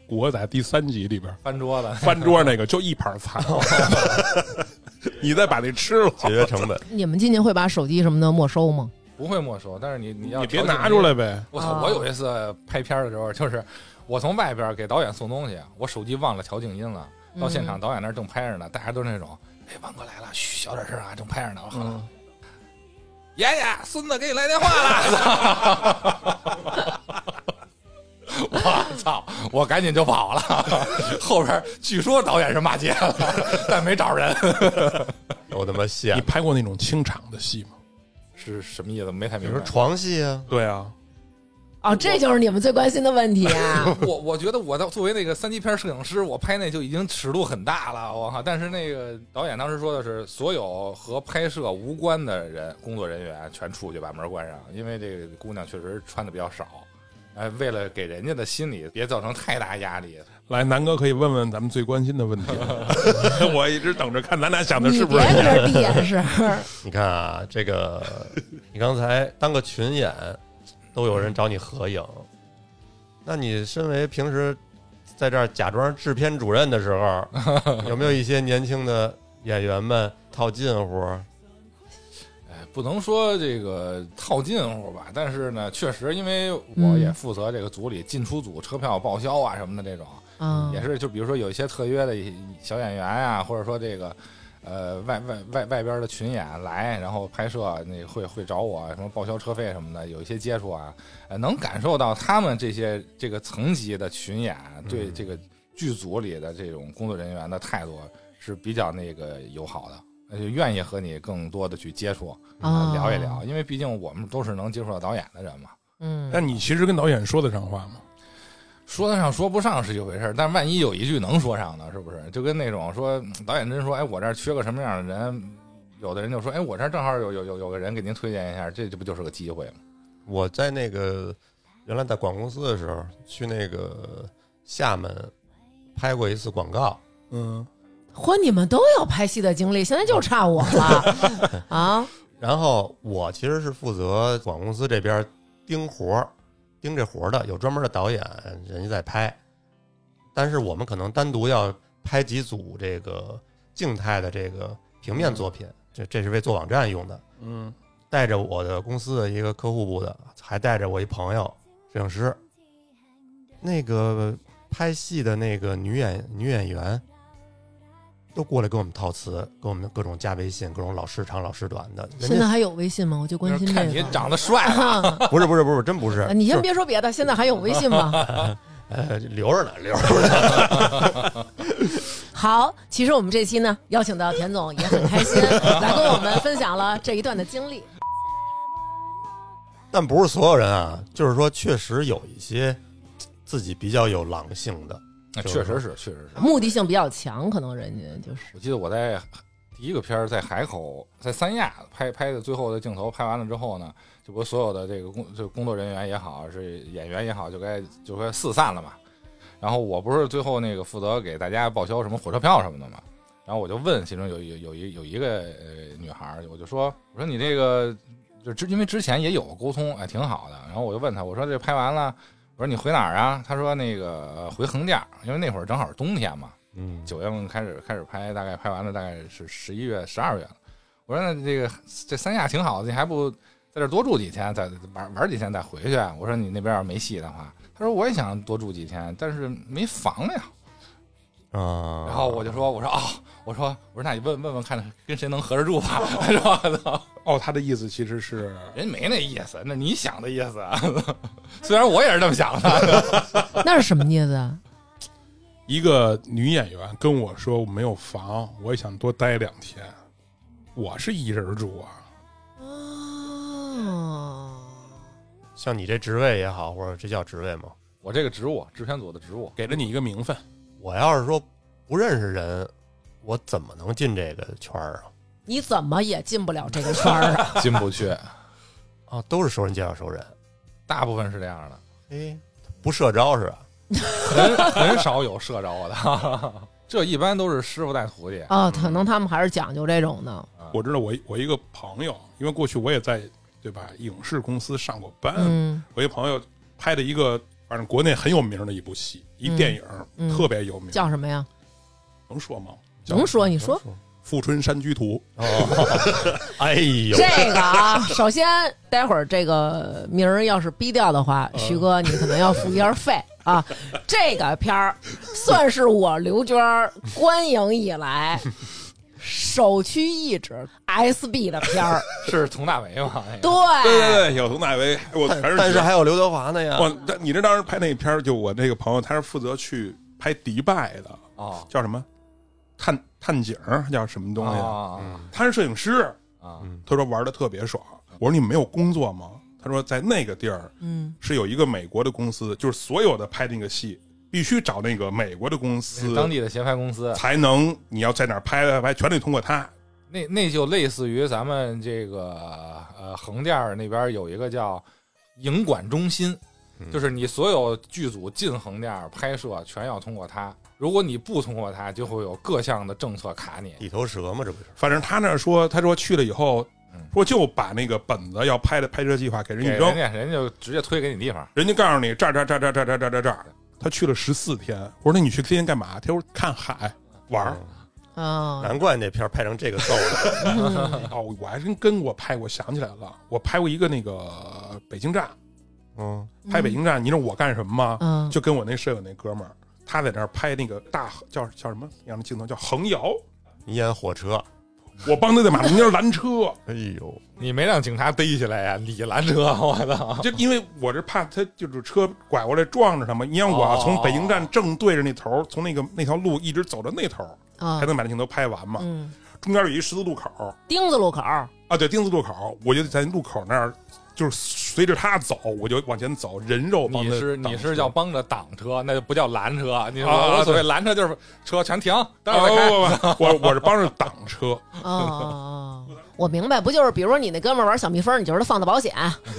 S3: 古惑仔》第三集里边
S4: 翻桌子。
S3: 翻桌那个，就一盘 菜， 你再把那吃了，
S2: 节约成本。
S5: 你们进去会把手机什么的没收吗？
S4: 不会没收，但是你 你要
S3: 你别
S4: 调解
S3: 拿出来。呗。
S4: 我操！
S5: 啊
S4: 我有一次拍片儿的时候，就是我从外边给导演送东西，我手机忘了调静音了。到现场，导演那儿正拍着呢，大家都是那种，哎，万哥来了，嘘，小点声啊，正拍着呢。我靠，爷爷，孙子给你来电话了！ 我操！我赶紧就跑了。后边据说导演是骂街了，但没找人。
S2: 我他妈
S3: 你
S2: 羡慕。
S3: 拍过那种清场的戏吗？
S4: 是什么意思？没太
S2: 比
S4: 明
S2: 如
S4: 白
S2: 说。床戏啊，
S3: 对啊，
S5: 哦，这就是你们最关心的问题啊！
S4: 我我觉得我的作为那个三级片摄影师，我拍那就已经尺度很大了，我靠！但是那个导演当时说的是，所有和拍摄无关的人，工作人员全出去把门关上，因为这个姑娘确实穿的比较少，哎，为了给人家的心理别造成太大压力，
S3: 来，南哥可以问问咱们最关心的 问题。我一直等着看咱俩想的
S5: 你
S3: 是不
S5: 别
S3: 是
S5: 搁
S3: 一
S5: 这
S3: 样。
S5: 儿递眼神儿，
S2: 你看啊，这个你刚才当个群演，都有人找你合影，那你身为平时在这儿假装制片主任的时候，有没有一些年轻的演员们套近乎？
S4: 哎，不能说这个套近乎吧，但是呢，确实因为我也
S5: 嗯
S4: 负责这个组里进出组车票报销啊什么的这种，
S5: 嗯
S4: 也是就比如说有一些特约的小演员啊，或者说这个呃外外外外边的群演来，然后拍摄，啊那会会找我啊什么报销车费什么的，有一些接触啊，呃，能感受到他们这些这个层级的群演啊对这个剧组里的这种工作人员的态度是比较那个友好的。呃就愿意和你更多的去接触，呃
S5: 啊，
S4: 聊一聊，，因为毕竟我们都是能接触到导演的人嘛。
S5: 嗯，
S3: 但你其实跟导演说得上话吗？
S4: 说得上说不上是一回事儿，但万一有一句能说上呢，是不是？就跟那种说嗯导演真说，哎，我这儿缺个什么样的人，有的人就说，哎，我这儿正好有有有有个人给您推荐一下，这这不就是个机会吗？
S2: 我在那个原来在广公司的时候，去那个厦门拍过一次广告，
S3: 嗯，
S5: 嚯，你们都有拍戏的经历，现在就差我了啊！
S2: 然后我其实是负责广公司这边盯活儿，盯这活儿的，有专门的导演人家在拍，但是我们可能单独要拍几组这个静态的这个平面作品，这这是为做网站用的。
S3: 嗯，
S2: 带着我的公司的一个客户部的，还带着我一朋友摄影师。那个拍戏的那个女演女演员，都过来跟我们套词，跟我们各种加微信，各种老师长老师短的。人
S5: 现在
S2: 家
S5: 还有微信吗？我就关心
S4: 看
S5: 这
S4: 您
S5: 个。
S4: 长得帅 了，
S5: 啊
S2: 不是不是不是，真不是。就
S5: 你先
S2: 是
S5: 别说别的，现在还有微信吗？
S2: 呃留着呢，留着呢。
S5: 好，其实我们这期呢，邀请到田总也很开心，来跟我们分享了这一段的经历。
S2: 但不是所有人啊，就是说确实有一些自己比较有狼性的，
S4: 那确实是，确实是。
S5: 目的性比较强，可能人家就是
S4: 我记得我在第一个片儿在海口，在三亚拍拍的最后的镜头，拍完了之后呢，这不所有的这个工这工作人员也好，是演员也好，就该就该四散了嘛。然后我不是最后那个负责给大家报销什么火车票什么的嘛，然后我就问其中有有有一有一个呃女孩儿，我就说我说你这个就之因为之前也有过沟通，哎挺好的。然后我就问她，我说这拍完了，我说你回哪儿啊？她说那个呃回横店儿，因为那会儿正好是冬天嘛。
S2: 嗯，
S4: 九月份开始开始拍，大概拍完了大概是十一月、十二月了。我说那这个这三亚挺好的，你还不在这儿多住几天，再玩玩几天再回去？啊我说你那边要是没戏的话，他说我也想多住几天，但是没房呀。
S2: 啊。
S4: 然后我就说我说哦，我说我说那你问问问看跟谁能合着住吧， 是吧？
S3: 哦，他的意思其实是
S4: 人没那意思，那你想的意思。啊 虽然我也是这么想的，
S5: 那是什么意思啊？
S3: 一个女演员跟我说我没有房，我也想多待两天，我是一人住啊，
S5: 哦，
S2: 像你这职位也好，或者这叫职位吗？
S4: 我这个职务，啊制片组的职务，
S3: 给了你一个名分，
S2: 我要是说不认识人，我怎么能进这个圈儿啊？
S5: 你怎么也进不了这个圈儿 啊？
S4: 进不去，
S2: 啊，都是熟人介绍熟人，
S4: 大部分是这样的。
S2: 哎，不社招是吧？
S4: 很很少有社招的， 这一般都是师傅带徒弟。
S5: 哦，可能他们还是讲究这种的。
S3: 我知道我我一个朋友，因为过去我也在对吧影视公司上过班，
S5: 嗯
S3: 我一朋友拍的一个反正国内很有名的一部戏，一电影、
S5: 嗯
S3: 特别有名，
S5: 叫什么呀？
S3: 能说吗？叫
S5: 能说你说
S3: 《富春山居图》
S2: 哎呦，
S5: 这个啊？首先，待会儿这个名儿要是逼掉的话，
S3: 嗯
S5: 徐哥你可能要付一下费 啊。这个片儿算是我刘娟儿观影以来首屈一指 SB 的 片儿，
S4: 是佟大为嘛？那个
S5: 对
S3: 对对对，有佟大为，我全是
S2: 但是
S3: 觉得
S2: 还有刘德华呢呀。
S3: 我但你这当时拍那片儿，就我那个朋友，他是负责去拍迪拜的，
S4: 哦
S3: 叫什么探探景儿，叫什么东西？
S4: 啊
S3: 他是摄影师，
S4: 啊
S3: 他说玩的特别爽。我说你没有工作吗？他说在那个地儿
S5: 嗯，
S3: 是有一个美国的公司，就是所有的拍那个戏必须找那个美国的公司，
S4: 当地的协拍公司，
S3: 才能你要在哪儿拍拍拍，全得通过他。
S4: 那那就类似于咱们这个呃横店儿那边有一个叫影管中心，就是你所有剧组进横店儿拍摄全要通过它，如果你不通过它，就会有各项的政策卡你。
S2: 地头蛇嘛，这不是？
S3: 反正他那儿说，他说去了以后
S4: 嗯，
S3: 说就把那个本子要拍的拍摄计划给人一
S4: 给
S3: 扔
S4: 人，家人家就直接推给你地方，
S3: 人家告诉你这儿这儿这儿这儿这儿这儿这儿这儿，他去了十四天。我说那你去天津干嘛？他说看海玩儿。
S5: 哦，
S2: 嗯难怪那片儿拍成这个揍的。
S3: 哦，我还真跟我拍过，想起来了，我拍过一个那个北京站，
S2: 嗯，
S3: 拍北京站，你知道我干什么吗？
S5: 嗯
S3: 就跟我那舍友那哥们儿，他在那儿拍那个大叫叫什么样的镜头，叫横摇，
S2: 你演嗯火车，
S3: 我帮他在马路边拦车，
S2: 哎呦，
S4: 你没让警察逮起来呀、你拦车， 我操！
S3: 就因为我这怕他就是车拐过来撞着他嘛，你让我要从北
S5: 哦
S3: 京站正对着那头儿，从那个那条路一直走到那头儿，
S5: 啊
S3: 才能把那镜头拍完嘛。
S5: 嗯
S3: 中间有一十字路口
S5: 丁字路 口儿，
S3: 啊，对，丁字路口，我就在路口那儿，就是随着他走，我就往前走，人肉帮
S4: 你
S3: 他
S4: 是
S3: 挡
S4: 你
S3: 车
S4: 是要帮着挡车，那就不叫拦车。你
S3: 啊
S4: 我我
S3: 对
S4: 所谓拦车就是车全停，待
S3: 啊
S4: 会儿
S3: 不
S4: 再开。
S3: 不 不，我我是帮着挡车，
S5: 哦哦，哦我明白，不就是比如说你那哥们儿玩小蜜蜂，你就是他放的保险，啊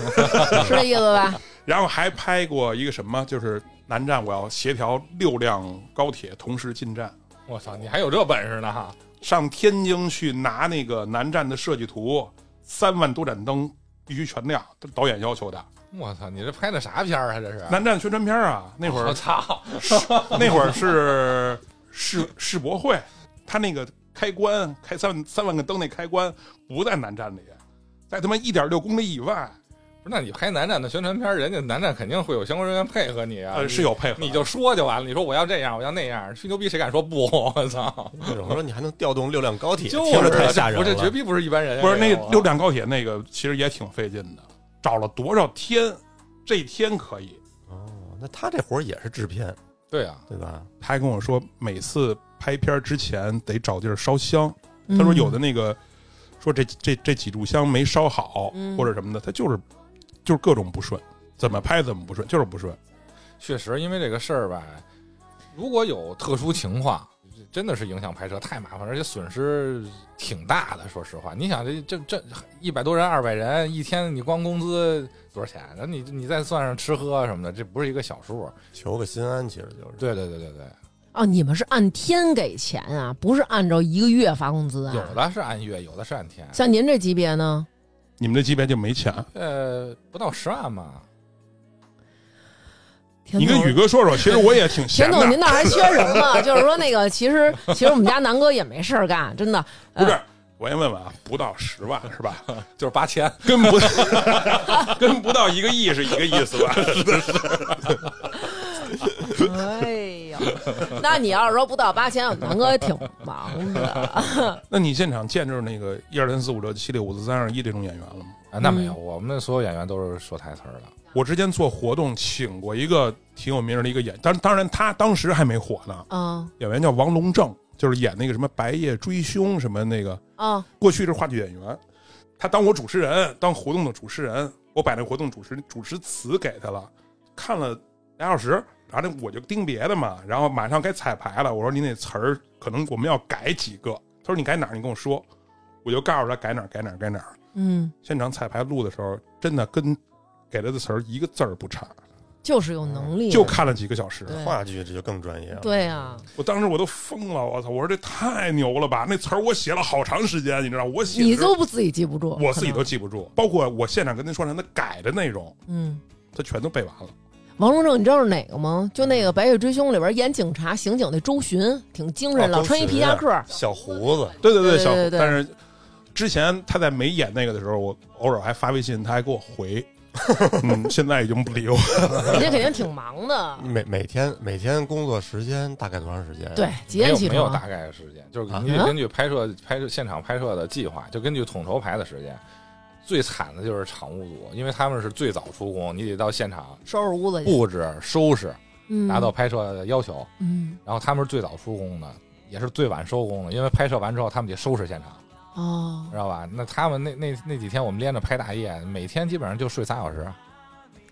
S5: 是这意思吧？
S3: 然后还拍过一个什么，就是南站我要协调六辆高铁同时进站，
S4: 我操，你还有这本事呢哈！
S3: 上天津去拿那个南站的设计图，三万多盏灯必须全亮，这是导演要求的。
S4: 我操，你这拍的啥片儿啊？这是？
S3: 南站宣传片啊，那会
S4: 我
S3: 儿
S4: 操！
S3: 那会儿是世世博会，他那个开关开三万三万个灯那开关不在南站里，在他妈一点六公里以外，
S4: 不是，那你拍南站的宣传片儿，人家南站肯定会有相关人员配合你啊，
S3: 呃
S4: 你
S3: 是有配合的，
S4: 你就说就完了。你说我要这样，我要那样，吹牛逼谁敢说不？我操！
S2: 我说你还能调动六辆高铁，
S4: 就
S2: 听
S4: 是
S2: 着太吓人
S4: 我这绝
S2: 了。
S4: 逼不是一般人啊。
S3: 不
S5: 哎
S3: 是那
S4: 个
S3: 六辆高铁那个其实也挺费劲的，找了多少天，这天可以，
S2: 哦，那他这活儿也是制片，
S4: 对啊，
S2: 对吧？
S3: 他还跟我说，每次拍片儿之前得找地儿烧香。
S5: 嗯
S3: 他说有的那个，说这这这几炷香没烧好、
S5: 嗯
S3: 或者什么的，他就是就是各种不顺，怎么拍怎么不顺，就是不顺。
S4: 确实，因为这个事儿吧，如果有特殊情况，真的是影响拍摄，太麻烦，而且损失挺大的。说实话，你想这这这一百多人、二百人，一天你光工资多少钱？那你你再算上吃喝什么的，这不是一个小数。
S2: 求个心安，其实就是。
S4: 对对对对对，
S5: 哦，你们是按天给钱啊，不是按照一个月发工资啊？
S4: 有的是按月，有的是按天。
S5: 像您这级别呢？
S3: 你们这级别就没钱，
S4: 呃，不到十万嘛，
S5: 田
S3: 你跟
S5: 总
S3: 宇哥说说，其实我也挺闲
S5: 田总，您
S3: 的，
S5: 那儿还缺 人吗？就是说，那个其实其实我们家南哥也没事儿干，真的。
S3: 不是。我先问问啊，不到十万是 吧？
S4: 就是八千。
S3: 跟不 跟不到一个亿是一个意思吧？
S5: 哎呀，那你要是说不到八千，我们南哥也挺忙的。
S3: 那你现场见着那个一二三四五六七六五四三二一这种演员了吗？
S4: 啊，那没有，我们的所有演员都是说台词儿的。
S3: 我之前做活动请过一个挺有名儿的一个演，当当然他当时还没火呢，
S5: 嗯
S3: 演员叫王龙正，就是演那个什么《白夜追凶》什么那个，
S5: 嗯
S3: 过去是话剧演员，他当我主持人，当活动的主持人，我把那活动主持主持词给他了，看了俩小时，然后我就盯别的嘛，然后马上该彩排了，我说您那词儿可能我们要改几个，他说你改哪儿，你跟我说，我就告诉他改哪儿改哪儿改哪儿，
S5: 嗯，
S3: 现场彩排录的时候，真的跟给他的词儿一个字儿不差。
S5: 就是有能力，
S3: 就看了几个小时。
S5: 对
S2: 话剧这就更专业了。
S5: 对啊，
S3: 我当时我都疯了，我操！我说这太牛了吧！那词儿我写了好长时间，你知道，我写的
S5: 你
S3: 时候
S5: 都不自己记不住，
S3: 我自己
S5: 可
S3: 都
S5: 能
S3: 记不住，包括我现场跟他说让他改的内容，
S5: 嗯。
S3: 他全都背完了。
S5: 王荣正，你知道是哪个吗？就那个《白夜追凶》里边演警察、刑警那周巡，挺精神，
S2: 哦
S5: 老穿一皮
S3: 啊
S5: 夹克。
S2: 小胡子，
S3: 对对
S5: 对对
S3: 小
S5: 对对
S3: 但是之前他在没演那个的时候，我偶尔还发微信，他还给我回。嗯，现在已经不理我。
S5: 人家肯定挺忙的。
S2: 每每天每天工作时间大概多长时间？啊
S5: 对，，几
S4: 没
S5: 点
S4: 有
S5: 起
S4: 呃没有
S5: 床？啊
S4: 大概时间，就是你得根据拍摄、拍摄现场拍摄的计划，就根据统筹排的时间。最惨的就是场务组，因为他们是最早出工，你得到现场
S5: 收拾屋子去，
S4: 布置、收拾，
S5: 嗯
S4: 达到拍摄的要求。
S5: 嗯
S4: 然后他们是最早出工的，也是最晚收工的，因为拍摄完之后他们得收拾现场，
S5: 哦
S4: 知道吧？那他们那那那几天我们连着拍大夜，每天基本上就睡仨小时，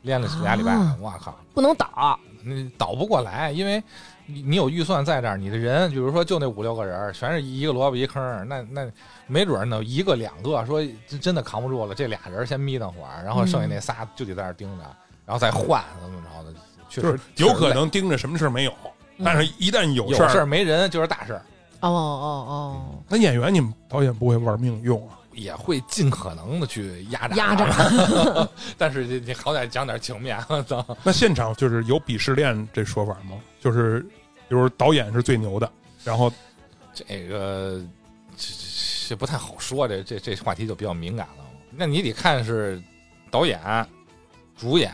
S4: 连了俩礼拜
S5: 啊，
S4: 我靠！
S5: 不能倒。
S4: 你倒不过来，因为你你有预算在这儿，你的人，比如说就那五六个人儿，全是一个萝卜一坑儿，那那没准儿呢，一个两个说真真的扛不住了，这俩人儿先眯瞪会儿，然后
S5: 嗯
S4: 剩下那仨就得在那儿盯着，然后再换怎么着的，确
S3: 就
S4: 实
S3: 是有
S4: 确实
S3: 可
S4: 累
S3: 能盯着什么事儿没有，
S5: 嗯
S3: 但是一旦有
S4: 有
S3: 事
S4: 事
S3: 儿，
S4: 儿没人就是大事儿，
S5: 哦哦
S3: 那演员你们导演不会玩命用啊？
S4: 也会尽可能的去压
S5: 哦，
S4: 榨
S5: 压榨，
S4: 但是你你好歹讲点情面， 我操！
S3: 那现场就是有鄙视链这说法吗？就是，比如导演是最牛的，然后
S4: 这个这这这不太好说，这这这话题就比较敏感了。那你得看是导演、主演，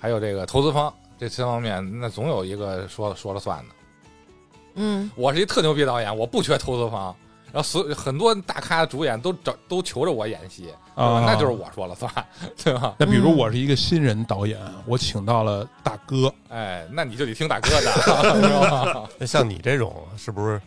S4: 还有这个投资方这三方面，那总有一个说说了算的。
S5: 嗯，
S4: 我是一特牛逼导演，我不缺投资方，然后所有很多大咖主演都找都求着我演戏，对吧
S3: 啊
S4: 那就是我说了算， 对吧？
S3: 那比如
S5: 嗯
S3: 我是一个新人导演，我请到了大哥，
S4: 哎，那你就得听大哥的，是吧？
S2: 啊那像你这种是不是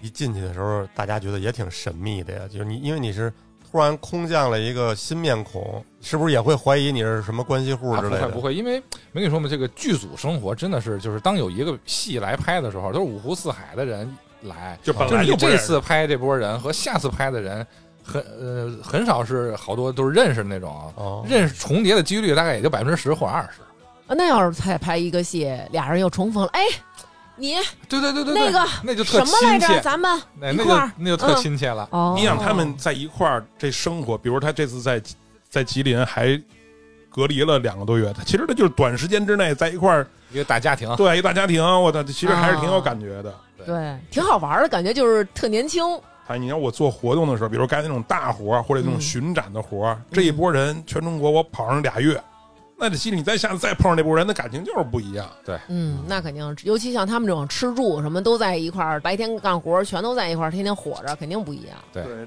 S2: 一进去的时候，大家觉得也挺神秘的呀，就是你因为你是突然空降了一个新面孔，是不是也会怀疑你是什么关系户
S4: 啊
S2: 之
S4: 不
S2: 类
S4: 会
S2: 的？
S4: 不会，因为没跟你说嘛，这个剧组生活真的是，就是当有一个戏来拍的时候，都是五湖四海的人来，
S3: 就本
S4: 就
S3: 来
S4: 是你
S3: 不认
S4: 这
S3: 识
S4: 次拍这波人和下次拍的人很呃很少是好多都是认识的那种，
S2: 哦，
S4: 认识重叠的几率大概也就百分之十或二十。
S5: 啊那要是再拍一个戏，俩人又重逢了，哎，你
S4: 对对对对，
S5: 那
S4: 对
S5: 个
S4: 那就
S5: 什
S4: 特
S5: 么来
S4: 亲
S5: 着？
S4: 切，哎
S5: 咱们
S4: 那
S5: 一
S4: 那
S5: 块儿
S4: 就那就特
S5: 嗯
S4: 亲切了。
S5: 哦，
S3: 你想他们在一块儿这生活，比如他这次在在吉林还隔离了两个多月，他其实他就是短时间之内在一块儿，
S4: 一个大家
S5: 啊
S4: 庭，
S3: 对一大家庭，我操，其实还是挺有感觉的。
S5: 对挺好玩的感觉，就是特年轻，
S3: 哎，你让我做活动的时候，比如干那种大活儿或者那种
S5: 嗯
S3: 巡展的活儿，这一波人全中国我跑上俩月，那这心里再下次再碰上那波人，那感情就是不一样。
S5: 嗯，那肯定，尤其像他们这种吃住什么都在一块儿，白天干活全都在一块儿，天天火着，肯定不一样。
S4: 对
S3: 对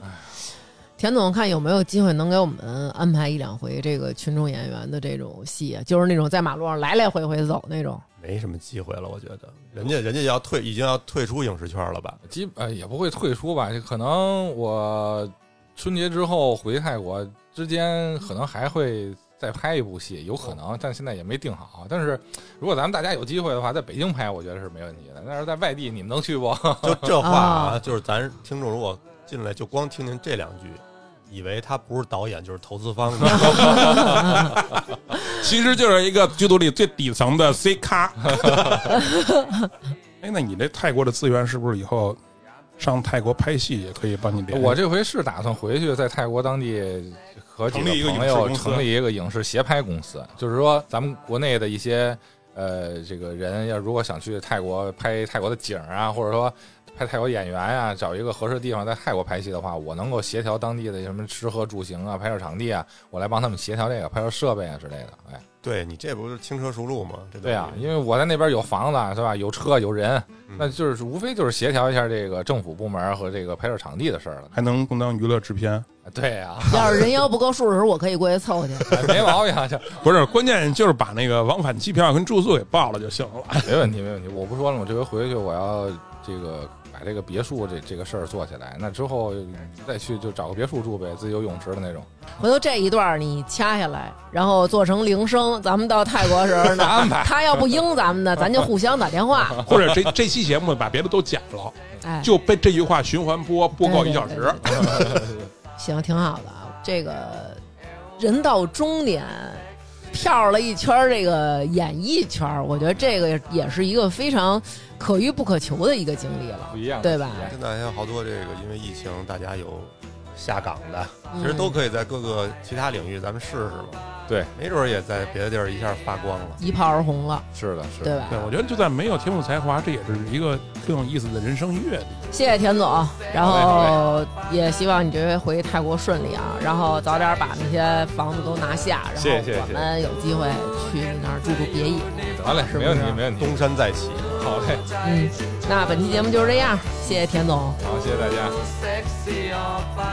S5: 田总，看有没有机会能给我们安排一两回这个群众演员的这种戏，啊就是那种在马路上来来回回走那 种。
S2: 没什么机会了，我觉得人家人家要退，已经要退出影视圈了吧？
S4: 基呃也不会退出吧，可能我春节之后回泰国之间，可能还会再拍一部戏，有可能，但现在也没定好。但是如果咱们大家有机会的话，在北京拍，我觉得是没问题的。但是在外地，你们能去不？
S2: 就这话啊，
S4: 哦
S5: 啊
S2: 就是咱听众如果进来就光听听这两句，以为他不是导演就是投资方呢。
S3: 其实就是一个剧组里最底层的 C 咖。 哎，那你这泰国的资源是不是以后上泰国拍戏也可以帮你联系？
S4: 我这回是打算回去在泰国当地和几
S3: 成立一个
S4: 个朋
S3: 影视
S4: 友
S3: 公司
S4: 成立一个影视协拍公司，就是说咱们国内的一些呃这个人要如果想去泰国拍泰国的景儿啊，或者说拍泰国演员啊，找一个合适的地方在泰国拍戏的话，我能够协调当地的什么吃喝住行啊、拍摄场地啊，我来帮他们协调这个拍摄设备啊之类的。哎，
S2: 对你这不是轻车熟路吗？这
S4: 对啊，
S2: 东西
S4: 因为我在那边有房子，是吧？有车有人，
S2: 嗯
S4: 那就是无非就是协调一下这个政府部门儿和这个拍摄场地的事儿了。
S3: 还能充当娱乐制片？
S4: 对啊，
S5: 要是人妖不够数的时候，我可以过去 凑去。
S4: 没毛病啊，这
S3: 不是，关键就是把那个往返机票跟住宿给报了就行了。
S4: 没问题，没问题。我不说了吗？这回回去我要这个把这个别墅这这个事儿做起来。那之后再去就找个别墅住呗，自己有泳池的那种。
S5: 回头这一段你掐下来，然后做成铃声，咱们到泰国时候呢，
S4: 安排
S5: 他要不应咱们呢，咱就互相打电 话。
S3: 或者这这期节目把别的都剪了，
S5: 哎，
S3: 就被这句话循环播播够一小时。
S5: 行，挺好的啊。这个人到中年，跳了一圈儿这个演艺圈儿，我觉得这个也是一个非常可遇不可求的一个经历了
S4: 不。一样，
S5: 对吧
S4: 不一样
S2: 现在还有好多这个因为疫情，大家有下岗的，
S5: 嗯
S2: 其实都可以在各个其他领域咱们试试嘛。
S4: 对，
S2: 没准儿也在别的地儿一下发光了。
S5: 一炮而红了，
S4: 是的，是
S5: 对
S4: 的。
S5: 吧
S3: 对，？我觉得就算没有天赋才华，这也是一个挺有意思的人生阅历。
S5: 谢谢田总，然
S4: 好
S5: 后也希望你这回回泰国顺利啊，然后早点把那些房子都拿下，然后
S4: 谢谢谢谢
S5: 我们有机会去你那儿住住别野。
S4: 得嘞，没问题，没问题。
S2: 东山再起。
S4: 好嘞，
S5: 嗯，那本期节目就是这样，谢谢田总。
S4: 好，谢谢大家。
S6: 听众朋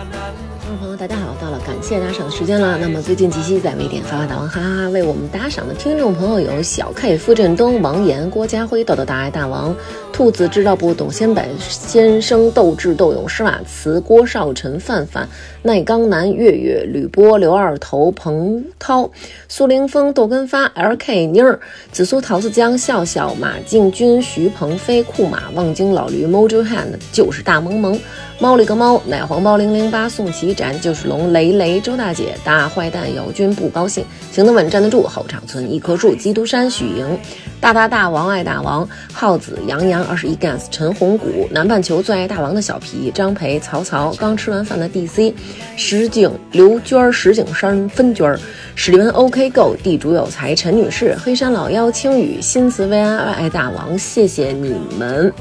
S6: 嗯友，大家好，到了感谢打赏的啊时间了。那么最近吉西在微点发发大王哈哈为我们打赏的听众朋友有小 K、付振东、王岩、郭家辉、豆豆大爱大王、兔子知道不？董先柏先生、斗智斗勇、施瓦茨、郭少臣、范范、奈刚南、月月、吕波、刘二头、彭涛、苏凌峰、窦根发、L K 妮儿、紫苏桃子江、笑笑、马敬军、徐鹏飞、库马、望京老驴、Mojo Hand 就是大萌萌、猫了个猫、奶黄包零零八、宋琦展就是龙、雷雷、周大姐、大坏蛋、姚军不高兴、行得稳站得住、后场村一棵树、基督山、许莹、大大大王爱大王、耗子、杨洋二十一 gas、陈红谷、南半球最爱大王的小皮、张培、曹操、刚吃完饭的 DC、石井、刘娟儿、石井山分娟儿、史蒂文 OK Go、地主有才陈女士、黑山老妖、青雨、新词 VI 爱大王，谢谢你们。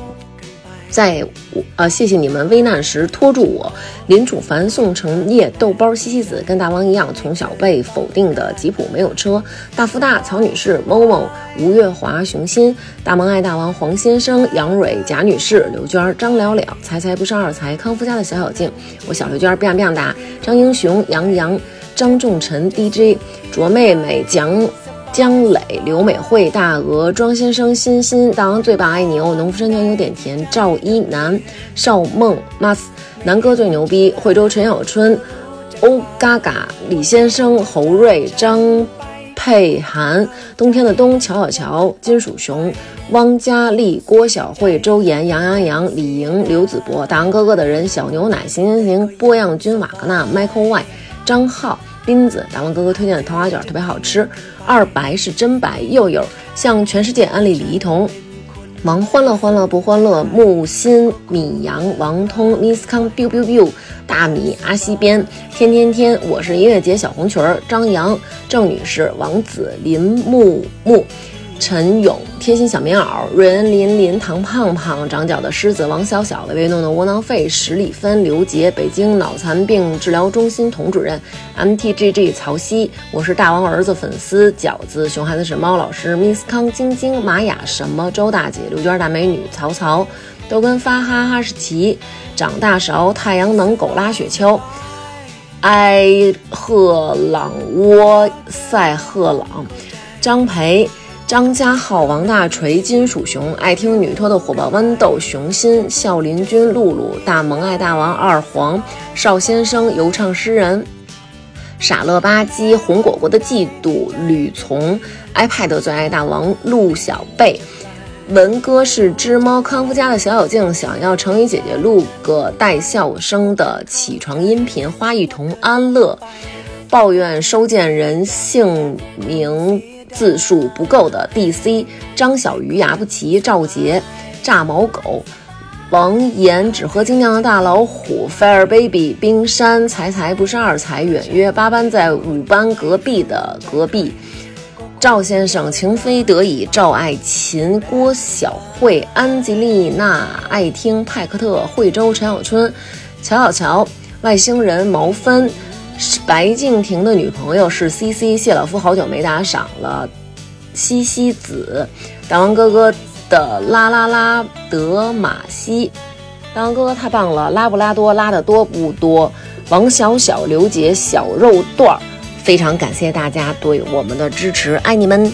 S6: 在我呃，谢谢你们危难时拖住我。林楚凡、宋承业、豆包、西西子跟大王一样，从小被否定的吉普没有车。大福大、曹女士、某某、吴月华、熊心、大萌爱大王、黄先生、杨蕊、贾女士、刘娟儿、张了了、财财不是二财、康夫家的小小静、我小刘娟儿、biang biang 哒、张英雄、杨洋、张仲晨、DJ、卓妹妹、蒋姜磊、刘美惠、大鹅、庄先生、欣欣、大王最棒爱你哦、农夫山泉有点甜、赵一楠、邵梦、Mas、南哥最牛逼、惠州陈小春、欧嘎嘎、李先生、侯瑞、张佩涵、冬天的冬、乔小乔、金属熊、汪佳丽、郭晓慧、周岩、杨洋洋、李莹、刘子博、大王哥哥的人、小牛奶、行行行、波漾君、瓦格纳、Michael Y、张浩、斌子、大王哥哥推荐的桃花卷特别好吃，二白是真白，佑佑向全世界安利李一桐。忙欢乐欢乐不欢乐，木心、米阳、王通、Miss 康、biu biu biu、大米、阿西边、天天天，我是音乐节小红裙儿、张扬、郑女士、王子、林木木、陈勇、贴心小棉袄、瑞恩、林林、唐胖胖、长脚的狮子、王小小的被弄得窝囊废、史里芬、刘杰、北京脑残病治疗中心童主任、MTGG 曹曦，我是大王儿子粉丝饺子、熊孩子是猫老师、Miss 康、晶晶、玛雅什么、周大姐、刘娟大美女、曹操，都跟发哈哈士奇、长大勺、太阳能狗拉雪橇。埃赫朗窝塞赫朗、张培、张家浩、王大锤、金属熊、爱听女托的火爆豌豆、熊心、笑林君、露露、大萌爱大王、二黄、邵先生、游唱诗人。傻乐吧唧、红果果的嫉妒、吕从、iPad 最爱大王、陆小贝、文哥是只猫康夫家的小小静，想要成语姐姐录个带笑声的起床音频，花一同安乐，抱怨收件人姓名字数不够的 DC 张小鱼牙不齐赵杰炸毛狗。王岩只喝精酿的大老虎，Fire Baby，冰山财财不是二财，远约八班在五班隔壁的隔壁，赵先生情非得已，赵爱琴、郭晓慧、安吉丽娜、爱听派克特、惠州陈小春、乔小乔、外星人毛芬、白敬亭的女朋友是 C C，谢老夫好久没打赏了，西西子、大王哥哥的啦啦啦德玛西，大王哥哥太棒了，拉布拉多拉的多不多？王小小、刘杰、小肉段儿，非常感谢大家对我们的支持，爱你们。